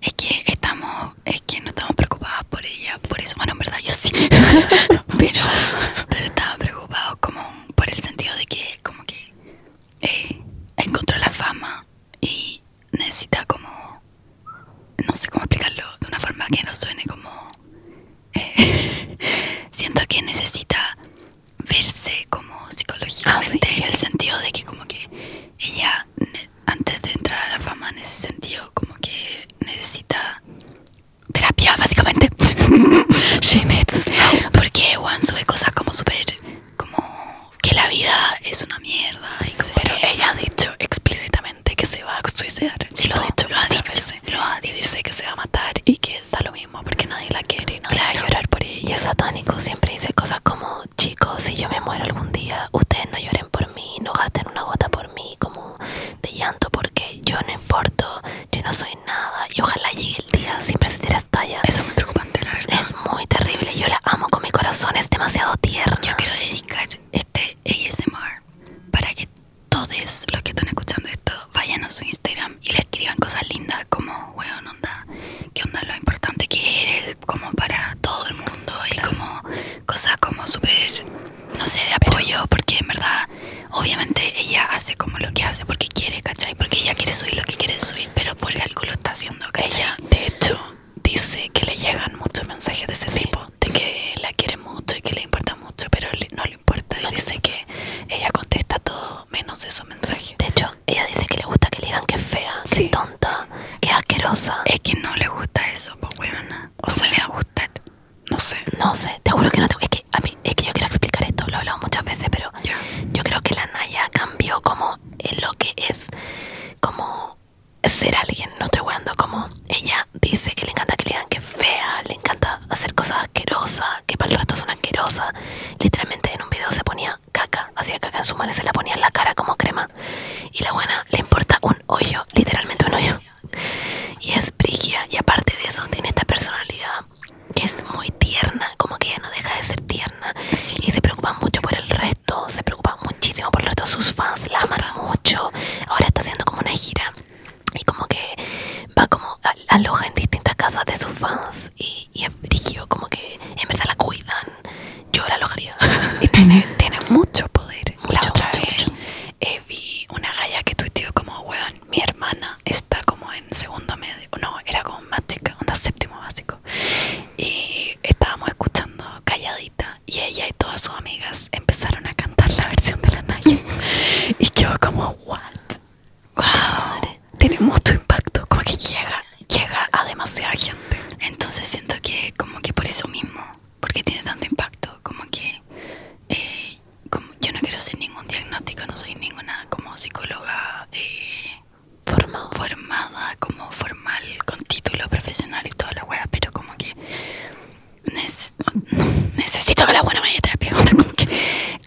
E: es que estamos, es que no estamos preocupados por ella, por eso. Bueno, en verdad yo sí. pero, pero estaba preocupado como por el sentido de que como que eh, encontró la fama y necesita como no sé cómo explicarlo de una forma que no suene como eh, siento que necesita verse como psicológicamente en el sentido de que como que ella ne- antes de entrar a la fama en ese sentido como que necesita terapia básicamente She needs help. porque Juan sube cosas como súper como que la vida es una mierda y como pero ella ha dicho explícitamente que se va a suicidar sí, lo, ha dicho lo ha dicho lo ha dicho. y dice que se va a matar y que da lo mismo porque nadie la quiere y nadie va a llorar por ella
C: Y es satánico. Siempre dice cosas como, chicos, si yo me muero algún día, ustedes no lloren por mí, no gasten una gota por mí, como de llanto, porque yo no importo.
E: este
A: hace como lo que hace porque quiere, ¿cachai? Porque ella quiere subir lo que quiere subir, pero por algo lo está haciendo, ¿cachai? Ella, de hecho, dice que le llegan muchos mensajes de ese tipo, de que la quiere mucho y que le importa mucho, pero le- no le importa. Y dice que ella contesta todo menos esos mensajes.
E: De hecho, ella dice que le gusta que le digan que es fea, que es tonta, que es asquerosa.
A: Es que no le gusta eso, pues, weona. O sea, le va a gustar. No sé.
E: No sé, te juro que no te... Es que, a mí, es que yo quiero explicar esto, lo he hablado muchas veces, pero yo creo que la Naya cambió como en lo que es como ser alguien, no estoy jugando, como ella dice que le encanta que le digan que es fea, le encanta hacer cosas asquerosas, que para el resto son asquerosas. Literalmente en un video se ponía caca, hacía caca en su mano y se la ponía en la cara como crema. Y la buena le importa un hoyo, literalmente un hoyo. Y es brigia, y aparte de eso tiene esta personalidad que es muy tierna, como que ella no deja de ser tierna. Y se preocupa mucho por el resto, se preocupa muchísimo por el resto. Sus fans la aman mucho. Ahora está haciendo como una gira. Y como que va como a- aloja en distintas casas de sus fans. Y, y es brígido, como que en verdad la cuidan. Yo la alojaría.
F: Y tiene, tiene mucho poder. la
E: Mucho,
F: otra
E: mucho,
F: vez
E: sí.
F: eh, vi una galla que tuiteó como, weón, mi hermana está como en segundo medio, no, era como más chica, onda séptimo básico. Y estábamos escuchando calladita y ella y todas sus amigas empezaron a cantar la versión de la Naya. y quedó como, what?
E: Concha su
F: Wow.
E: madre.
F: Tiene mucho impacto, como que llega, llega a demasiada gente.
A: Entonces siento que como que por eso mismo, porque tiene tanto impacto, como que eh, como, yo no quiero hacer ningún diagnóstico, no soy ninguna como psicóloga eh,
E: Formado.
A: formada, como formal, con título profesional y toda la wea, pero como que nes- necesito que la buena vaya a terapia. o sea, como que,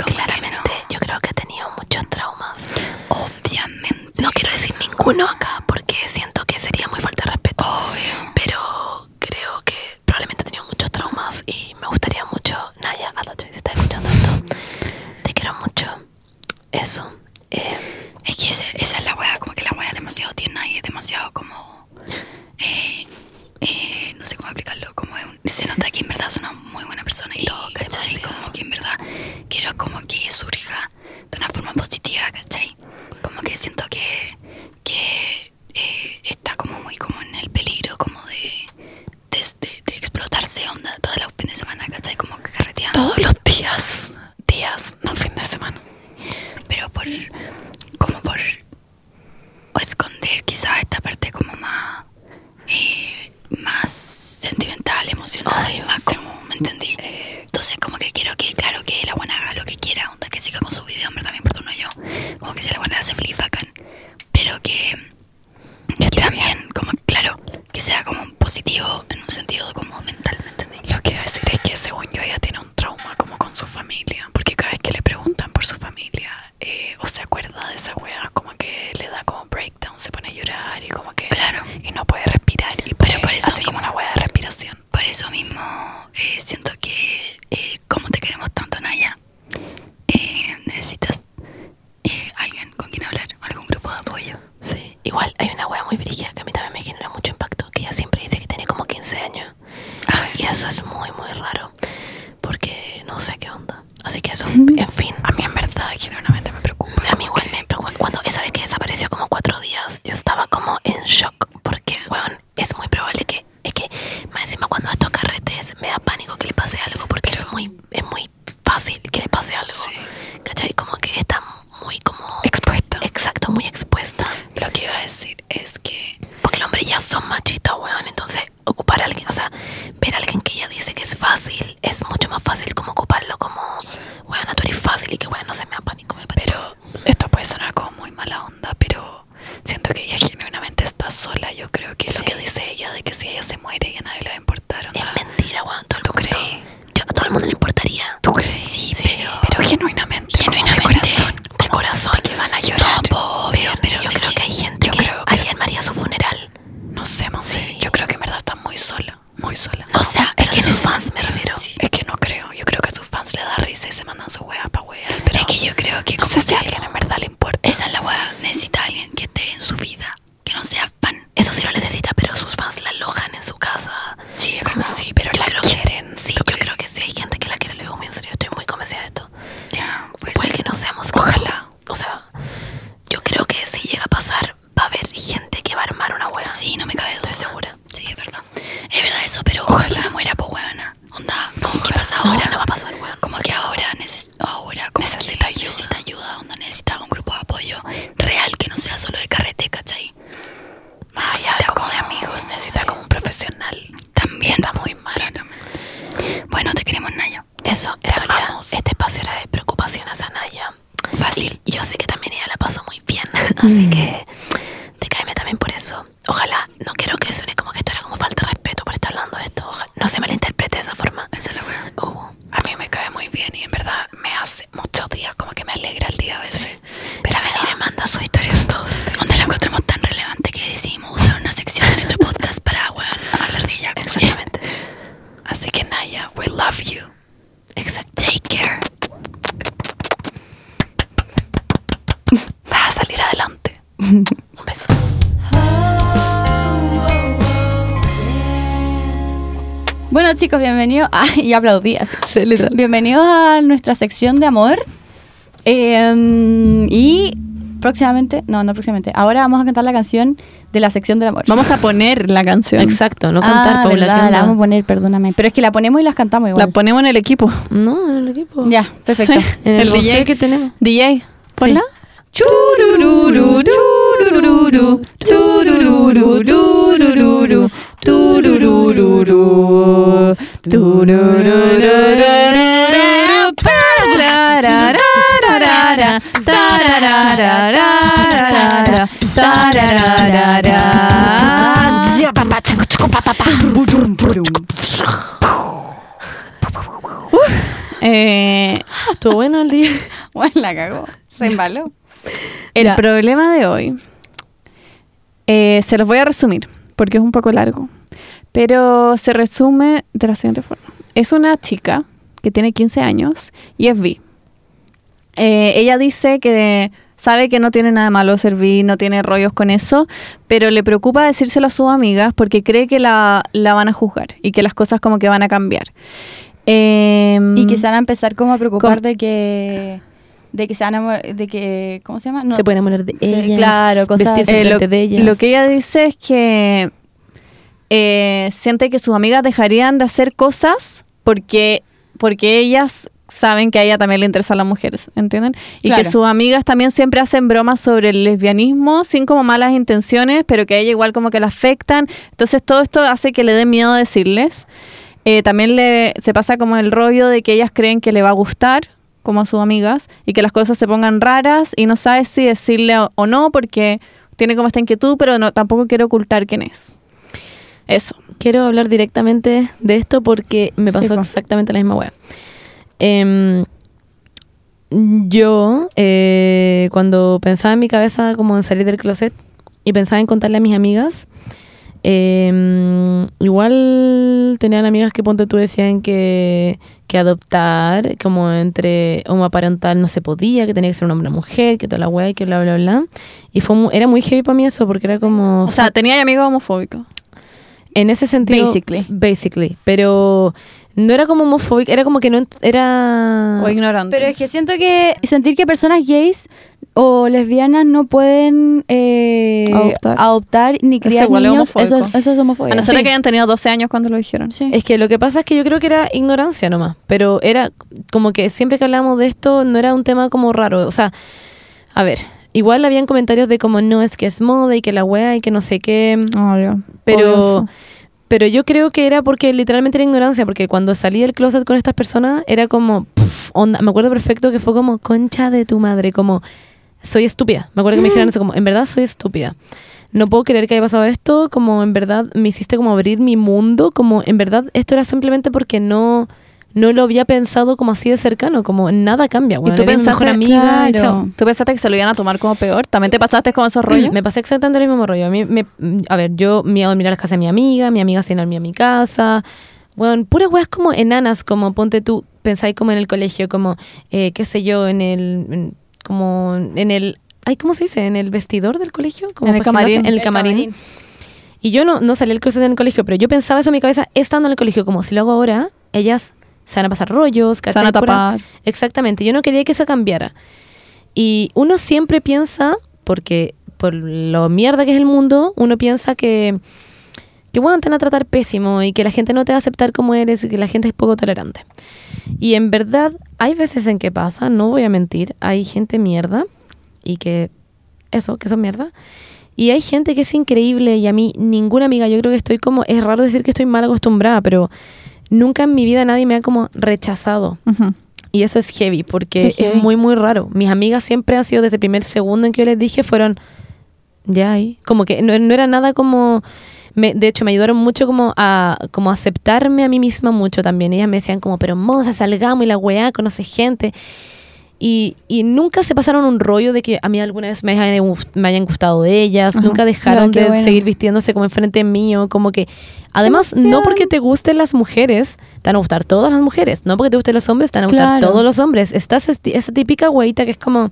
A: como
E: Claramente, yo creo que ha tenido muchos traumas.
A: que no. obviamente,
E: No quiero decir ninguno acá porque siento que sería muy falta de respeto. Pero creo que probablemente he tenido muchos traumas y me gustaría mucho, Naya, a la si estás escuchando esto, te quiero mucho. Eso. Eh,
A: es que esa, esa es la wea, como que la wea es demasiado tierna y es demasiado como... eh, eh, no sé cómo explicarlo, como es un- se nota que en verdad es una muy buena persona y todo, ¿cachai? Como que en verdad quiero como que surja de una forma positiva, ¿cachai? Como que siento que, que eh, está como muy como en el peligro como de, de, de- de explotarse onda todos los fines de semana, ¿cachai? Como que carreteando.
F: Todos los días, días, no fin de semana.
A: pero por como por o esconder quizás esta parte como más eh, más sentimental emocional más como me entendí entonces como que quiero que claro que la buena haga lo que quiera onda que siga con su video en verdad me importa no yo como que si la buena hace feliz bacán pero que que también como claro que sea como positivo en un sentido como mental me entendí
F: Lo que iba a decir es que según yo ella tiene un trauma como con su familia, porque cada vez que le preguntan por su familia eh, o se acuerda de esa wea, como que le da como breakdown, se pone a llorar y como que...
A: Claro.
F: Y no puede respirar y pone,
A: Pero por eso
F: hace como
A: mismo.
F: una wea de respiración.
A: Por eso mismo eh, siento que eh, como te queremos tanto, Naya, eh, necesitas eh, alguien con quien hablar, algún grupo de apoyo.
E: sí, igual hay una wea muy brilla que a mí también me genera mucho impacto, que ella siempre dice que tiene como 15 años. y eso es muy, muy raro, porque no sé qué onda. Así que eso, en fin.
F: A mí en verdad genuinamente me preocupa.
E: A mí igual me preocupa. Cuando esa vez que desapareció como cuatro días, yo estaba como en shock. Porque, weón, es muy probable que... Es que, más encima, cuando estos carretes me da pánico que le pase algo. Porque es muy es muy fácil que le pase algo. ¿Cachai? Como que está muy como...
F: Expuesta.
E: Exacto, muy expuesta.
F: Lo que iba a decir es que...
E: Porque los hombres ya son machistas, weón. Entonces, ocupar a alguien, o sea, ver a alguien que ella dice que es fácil, es mucho más fácil como ocuparlo como... Weón, tú eres fácil y que, weón, no se me da pánico, me parece.
F: Pero esto puede sonar como muy mala onda, pero siento que ella genuinamente está sola. Yo creo que lo que dice ella de que si ella se muere ya nadie le va a importar.
E: Es
F: onda.
E: mentira, weón. Todo el mundo-
F: crees?
E: Yo, a todo el mundo le importaría.
F: ¿Tú crees?
E: Sí, pero-
F: pero genuinamente.
E: Genuinamente.
F: Como de corazón.
E: De corazón. Que van a
F: llorar.
E: No, po, obvio, pero yo
F: es
E: creo
F: que-
E: que hay gente
F: yo
E: que
F: creo que-
E: alguien haría su funeral.
F: No sé, Monse.
E: Sí.
F: Yo creo que en verdad está muy sola. Muy sola.
E: O sea, es que sus fans me refiero.
F: Sí, Es que no creo. Yo creo que a sus fans le da risa y se mandan su hueá pa' hueá. Pero
A: Es que yo creo que
F: no
A: como
F: sé si
A: que
F: a alguien en verdad le importa.
A: esa es la weá, necesita alguien que esté en su vida, que no sea fan.
E: Eso sí lo necesita, pero sus fans la alojan en su casa.
F: Sí, es verdad. Sí, pero
E: Yo
F: la
E: creo que
F: quieren.
E: sí, yo creo que sí hay gente que la quiere. Lo digo muy en serio, estoy muy convencida de esto.
A: Ya, pues.
E: Puede que no seamos. Ojalá. O sea, pues, pues, este yo sé que también ella la pasó muy bien, así que te caeme también por eso. Ojalá, no quiero que suene como que esto era como falta de respeto por estar hablando de esto. Oja- no se malinterprete de esa forma.
F: Esa es la wea.
E: Uh,
F: A mí me cae muy bien y en verdad me hace muchos días, como que me alegra el día a veces. Pero
E: la Meli me manda sus historias todo el día.
F: Donde lo encontramos tan relevante que decidimos usar una sección de nuestro podcast para, weón, hablar de ella.
E: Exactamente.
F: Así que Naya, we love you.
E: Exacto.
F: Take care. Vas a salir adelante.
E: Un beso.
A: Bueno, chicos, bienvenidos. Ay, ya aplaudí. así.
C: Sí, literal.
A: Bienvenidos a nuestra sección de amor. Eh, y próximamente, no, no próximamente. Ahora vamos a cantar la canción de la sección del amor.
B: Vamos a poner la canción.
C: Exacto, no cantar,
A: Ah,
C: Paula.
A: verdad,
C: ¿qué onda?
A: la vamos a poner, perdóname. Pero es que la ponemos y las cantamos
B: La
A: igual.
B: ponemos en el equipo.
C: No, en el equipo.
A: ya, perfecto.
B: Sí.
C: En el,
B: El
C: DJ
B: DJ.
C: que tenemos.
B: DJ, ponla.
C: Churururu, churururu, churururu, turururu, turururu, tururururururu,
B: Tarararararara, tarararararara, tararararara. Ya. Eh,
C: Estuvo bueno el DJ.
A: Bueno, la cagó. Se embaló.
B: el
C: Ya.
B: problema de hoy eh, se los voy a resumir porque es un poco largo, pero se resume de la siguiente forma. Es una chica que tiene 15 años y es bi. Eh, ella dice que sabe que no tiene nada de malo ser bi, no tiene rollos con eso, pero le preocupa decírselo a sus amigas porque cree que la, la van a juzgar y que las cosas como que van a cambiar. Em,
C: Mm.
A: Y que se van a empezar como a preocupar
B: Com-
A: de que. De que se van a. mo- De que, ¿Cómo se llama? No.
C: Se pueden enamorar de
A: Sí,
C: ellas.
A: claro, cosas
C: vestirse
B: Eh, lo,
C: frente de ellas.
B: lo que ella dice es que eh, siente que sus amigas dejarían de hacer cosas porque, porque ellas saben que a ella también le interesan las mujeres, ¿entienden? Y
A: Claro.
B: que sus amigas también siempre hacen bromas sobre el lesbianismo sin como malas intenciones, pero que a ella igual como que la afectan. Entonces todo esto hace que le dé miedo decirles. Eh, también le, se pasa como el rollo de que ellas creen que le va a gustar, como a sus amigas, y que las cosas se pongan raras y no sabe si decirle o, o no porque tiene como esta inquietud, pero no, tampoco quiere ocultar quién es. Eso.
C: Quiero hablar directamente de esto porque me
A: Sí,
C: pasó
A: po.
C: exactamente la misma wea. Em, yo, eh, cuando pensaba en mi cabeza como en salir del closet y pensaba en contarle a mis amigas, em, igual tenían amigas que ponte tú decían que, que adoptar como entre homoparental no se podía, que tenía que ser un hombre o una mujer, que toda la wea y que bla, bla, bla. Y fue mu- era muy heavy para mí eso porque era como...
B: O sea, tenía amigos homofóbicos.
C: En ese sentido.
A: Basically.
C: s- Basically. Pero no era como homofóbico, era como que no ent- era.
B: O ignorantes.
A: Pero es que siento que sentir que personas gays o lesbianas no pueden eh,
B: Adoptar.
A: adoptar. ni
B: Eso
A: criar
B: igual es
A: niños, eso,
B: homofóbico.
A: es- eso es homofobia.
B: a no ser
A: Sí.
B: que hayan tenido 12 años cuando lo dijeron. Sí.
C: Es que lo que pasa es que yo creo que era ignorancia nomás, pero era como que siempre que hablábamos de esto no era un tema como raro, o sea, a ver, igual habían comentarios de como no es que es moda y que la wea y que no sé qué, pero pero yo creo que era porque literalmente era ignorancia, porque cuando salí del closet con estas personas era como, pf, onda, me acuerdo perfecto que fue como concha de tu madre, como soy estúpida. Me acuerdo que me dijeron eso como, en verdad soy estúpida. No puedo creer que haya pasado esto, como en verdad me hiciste como abrir mi mundo, como en verdad esto era simplemente porque no no lo había pensado como así de cercano, como nada
B: y
C: cambia, weón.
B: tú
C: Eres mi
B: pensaste,
C: mejor amiga, y
B: claro.
C: chao.
B: tú pensaste que se lo iban a tomar como peor. También te pasaste con esos rollos.
C: Mm. Me pasé exactamente el mismo rollo. A mí, me, mm, a ver, yo me iba a dormir a la casa de mi amiga, mi amiga se iba a dormir a mi casa. Bueno, puras weas como enanas, como ponte tú, pensáis como en el colegio, como, eh, qué sé yo, en el, en- como, en el, ay, ¿cómo se dice? En el vestidor del colegio. Como
B: En el
C: pa' gimnasia,
B: camarín.
C: En el camarín. Y yo no, no salí del closet en el colegio, pero yo pensaba eso en mi cabeza estando en el colegio, como si lo hago ahora, ellas se van a pasar rollos,
B: se van a
C: ¿cachai? Por-
B: tapar.
C: Exactamente, yo no quería que eso cambiara. Y uno siempre piensa, porque por lo mierda que es el mundo, uno piensa que, que bueno, te van a tratar pésimo y que la gente no te va a aceptar como eres y que la gente es poco tolerante. Y en verdad, hay veces en que pasa, no voy a mentir, hay gente mierda y que eso, que son mierda. Y hay gente que es increíble y a mí ninguna amiga, yo creo que estoy como, es raro decir que estoy mal acostumbrada, pero nunca en mi vida nadie me ha como rechazado.
B: Ujú.
C: Y eso es heavy porque
B: Qué heavy.
C: es muy, muy raro. Mis amigas siempre han sido desde el primer segundo en que yo les dije, fueron ya ahí. Como que no, no era nada como. me- de hecho, me ayudaron mucho como a como a aceptarme a mí misma mucho también. Ellas me decían como, pero moza, salgamos y la weá, conoce gente. Y, y nunca se pasaron un rollo de que a mí alguna vez me hayan, gust- me hayan gustado de ellas, nunca
A: Ya,
C: dejaron
A: qué
C: de
A: bueno.
C: seguir vistiéndose como enfrente mío, como que además no porque te gusten las mujeres, te van a gustar todas las mujeres, no porque te gusten los hombres, te van a gustar
A: Claro.
C: todos los hombres. Estás esti- esa típica güeyita que es como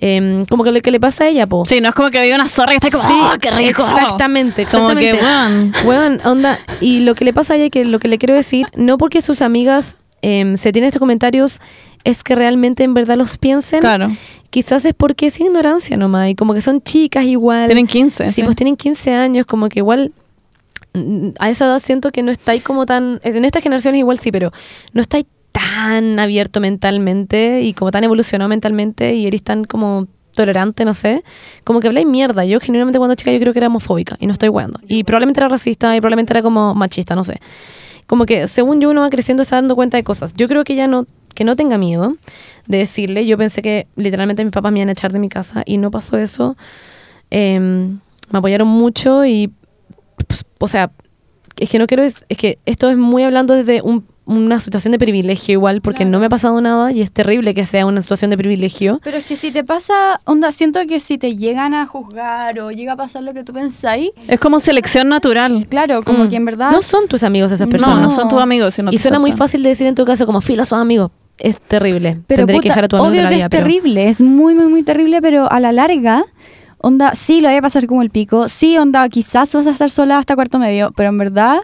C: em, como que lo que le pasa a ella, po.
B: Sí, no es como que había una zorra que está como, ¡oh, qué rico!
C: Exactamente,
B: Como que,
C: exactamente.
B: weón.
C: Weón, onda. Y lo que le pasa a ella, que lo que le quiero decir, no porque sus amigas em, se tienen estos comentarios, es que realmente en verdad los piensen.
B: Claro.
C: Quizás es porque es ignorancia nomás. Y como que son chicas igual.
B: Tienen 15.
C: Sí,
B: sí.
C: pues tienen 15 años, como que igual mm, a esa edad siento que no estáis como tan. En estas generaciones igual sí, pero no estáis tan abierto mentalmente y como tan evolucionado mentalmente y eres tan como tolerante, no sé. Como que habláis mierda. Yo generalmente cuando chica yo creo que era homofóbica y no estoy weando. Y probablemente era racista y probablemente era como machista, no sé. Como que según yo uno va creciendo se va dando cuenta de cosas. Yo creo que ya no que no tenga miedo de decirle. Yo pensé que literalmente mis papás me iban a echar de mi casa y no pasó eso. Em, me apoyaron mucho y, pues, o sea, es que no quiero, es, es que esto es muy hablando desde un- una situación de privilegio igual, porque no me ha pasado nada y es terrible que sea una situación de privilegio.
A: Pero es que si te pasa, onda, siento que si te llegan a juzgar o llega a pasar lo que tú pensáis,
B: Es como selección natural.
A: claro, como
C: Mm.
A: que en verdad...
C: No son tus amigos esas
A: No,
C: personas.
B: No, no son tus amigos, sino
C: y
B: te
C: suena muy
B: aceptan.
C: fácil de decir en tu caso como filo, son amigos. Es terrible.
A: Pero
C: Tendré que
A: puta,
C: dejar a tu amigo
A: obvio
C: de la
A: que
C: vida.
A: es
C: pero-
A: terrible, es muy, muy, muy terrible, pero a la larga, onda, sí, lo voy a pasar como el pico, sí, onda, quizás vas a estar sola hasta cuarto medio, pero en verdad,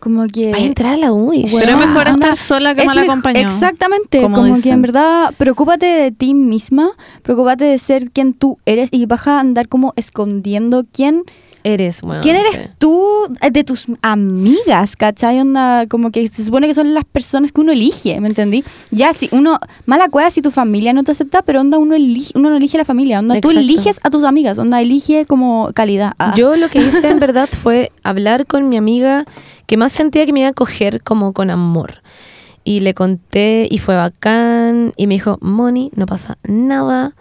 A: como que...
C: Vaya a entrar a la U y-
B: Pero es mejor
A: Onda,
B: estar sola que
A: es
B: mal
A: mejo-
B: acompañada.
A: Exactamente,
B: como
A: como, que
B: dicen.
A: en verdad, preocúpate de ti misma, preocúpate de ser quien tú eres y baja a andar como escondiendo quién...
C: Eres, weón,
A: ¿Quién
C: Ah, no
A: eres
C: sé.
A: tú eh, de tus amigas, cachai? Onda, como que se supone que son las personas que uno elige, ¿me entendí? Ya, si uno, mala cueva si tu familia no te acepta, pero onda, uno, elige, uno no elige a la familia, onda, tú
C: Exacto.
A: eliges a tus amigas, onda, elige como calidad. Ah.
C: Yo lo que hice en verdad fue hablar con mi amiga que más sentía que me iba a coger como con amor. Y le conté y fue bacán. Y me dijo, Moni, no pasa nada.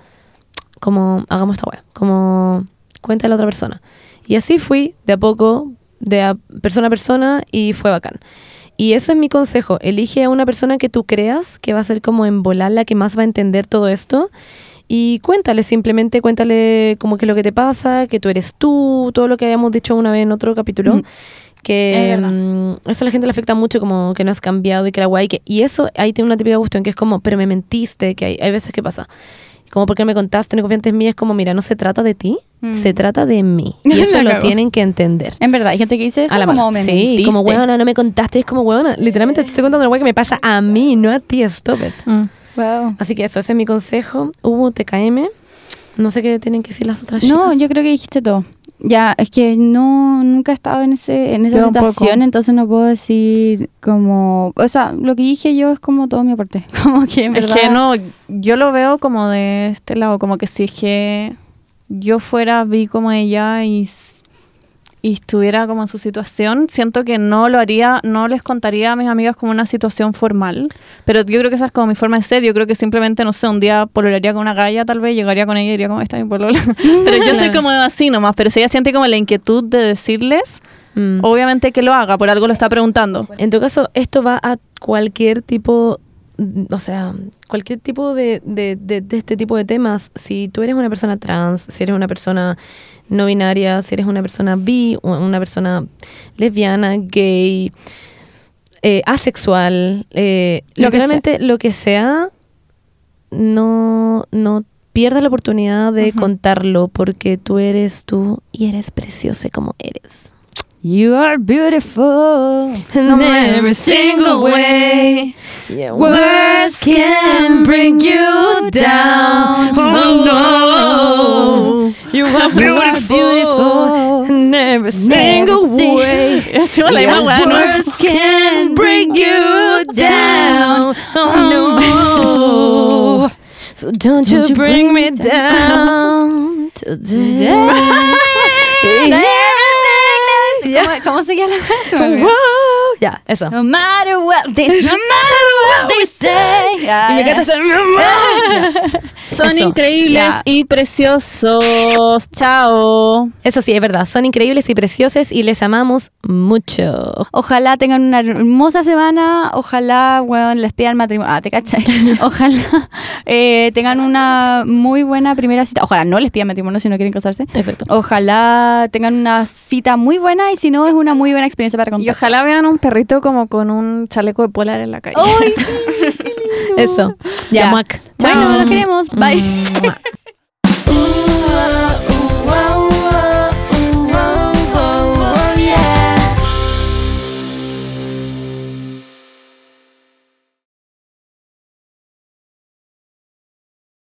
C: Como, hagamos esta web. Como, cuenta a la otra persona. Y así fui, de a poco, de a persona a persona, y fue bacán. Y eso es mi consejo. Elige a una persona que tú creas que va a ser como en volar la que más va a entender todo esto. Y cuéntale, simplemente cuéntale como que lo que te pasa, que tú eres tú, todo lo que habíamos dicho una vez en otro capítulo. Que
A: Es verdad.
C: mm, eso a la gente le afecta mucho, como que no has cambiado y que la guay. Que, y eso ahí tiene una típica cuestión que es como, pero me mentiste, que hay, hay veces que pasa. Como porque me contaste, no confiaste en mí, es como, mira, no se trata de ti,
A: Mm.
C: se trata de mí. Y
A: La
C: eso lo
A: cagó.
C: tienen que entender.
A: En verdad, hay gente que dice eso
C: A la
A: como
C: mala.
A: me
C: sí,
A: mentiste. Eh.
C: como huevona, no me contaste, es como huevona. Literalmente te estoy contando una hueá que me pasa a mí, no a ti, stop it.
B: Mm.
A: Wow.
C: Así que eso, ese es mi consejo. Hubo TKM. No sé qué tienen que decir las otras
A: No,
C: chicas.
A: yo creo que dijiste todo. Ya, es que no, nunca he estado en, ese, en esa
B: Yo tampoco.
A: situación, entonces no puedo decir como... O sea, lo que dije yo es como todo mi aporte. Como que en
B: Es
A: verdad...
B: que no, yo lo veo como de este lado, como que si es que yo fuera, vi como ella y, s- y estuviera como en su situación, siento que no lo haría, no les contaría a mis amigas como una situación formal, pero yo creo que esa es como mi forma de ser, yo creo que simplemente, no sé, un día pololearía con una galla tal vez, llegaría con ella y diría como, está mi polola, pero yo soy como así nomás, pero si ella siente como la inquietud de decirles,
C: Mm.
B: obviamente que lo haga, por algo lo está preguntando.
C: En tu caso, esto va a cualquier tipo, mm, o sea, cualquier tipo de, de- de- de este tipo de temas. Si tú eres una persona trans, si eres una persona no binaria, si eres una persona bi, u- una persona lesbiana, gay, eh, asexual, eh,
A: Lo que sea.
C: literalmente lo que sea, no, no pierdas la oportunidad de contarlo porque tú eres tú y eres preciosa como eres.
A: You are beautiful.
C: In every single way, words can bring you down. Oh no, you are beautiful. In every single way,
B: misma weá, ¿no?
C: words can bring you down. Oh no, so don't you bring me down today.
A: ¿Cómo, cómo seguía la canción?
C: Wow,
A: Ya.
C: Eso.
A: No matter what they say. No matter what they say. Ya,
C: Y me
A: ya.
C: encanta hacer-
B: Son
C: Eso.
B: increíbles
A: Ya.
B: y preciosos. Chao.
C: Eso sí, es verdad. Son increíbles y preciosos y les amamos mucho.
A: Ojalá tengan una hermosa semana. Ojalá, weón, les pidan matrimonio. Ah, te cachai. Ojalá eh, tengan una muy buena primera cita. Ojalá no les pidan matrimonio si no quieren casarse.
C: Exacto.
A: Ojalá tengan una cita muy buena y si no, es una muy buena experiencia para
B: Y
A: contar.
B: ojalá vean un perrito como con un chaleco de polar en la calle.
A: ¡Ay, sí! ¡Qué lindo!
C: Eso. Ya, Mm.
A: Ya.
C: muac.
A: Bueno,
C: Chao.
A: los queremos. Bye.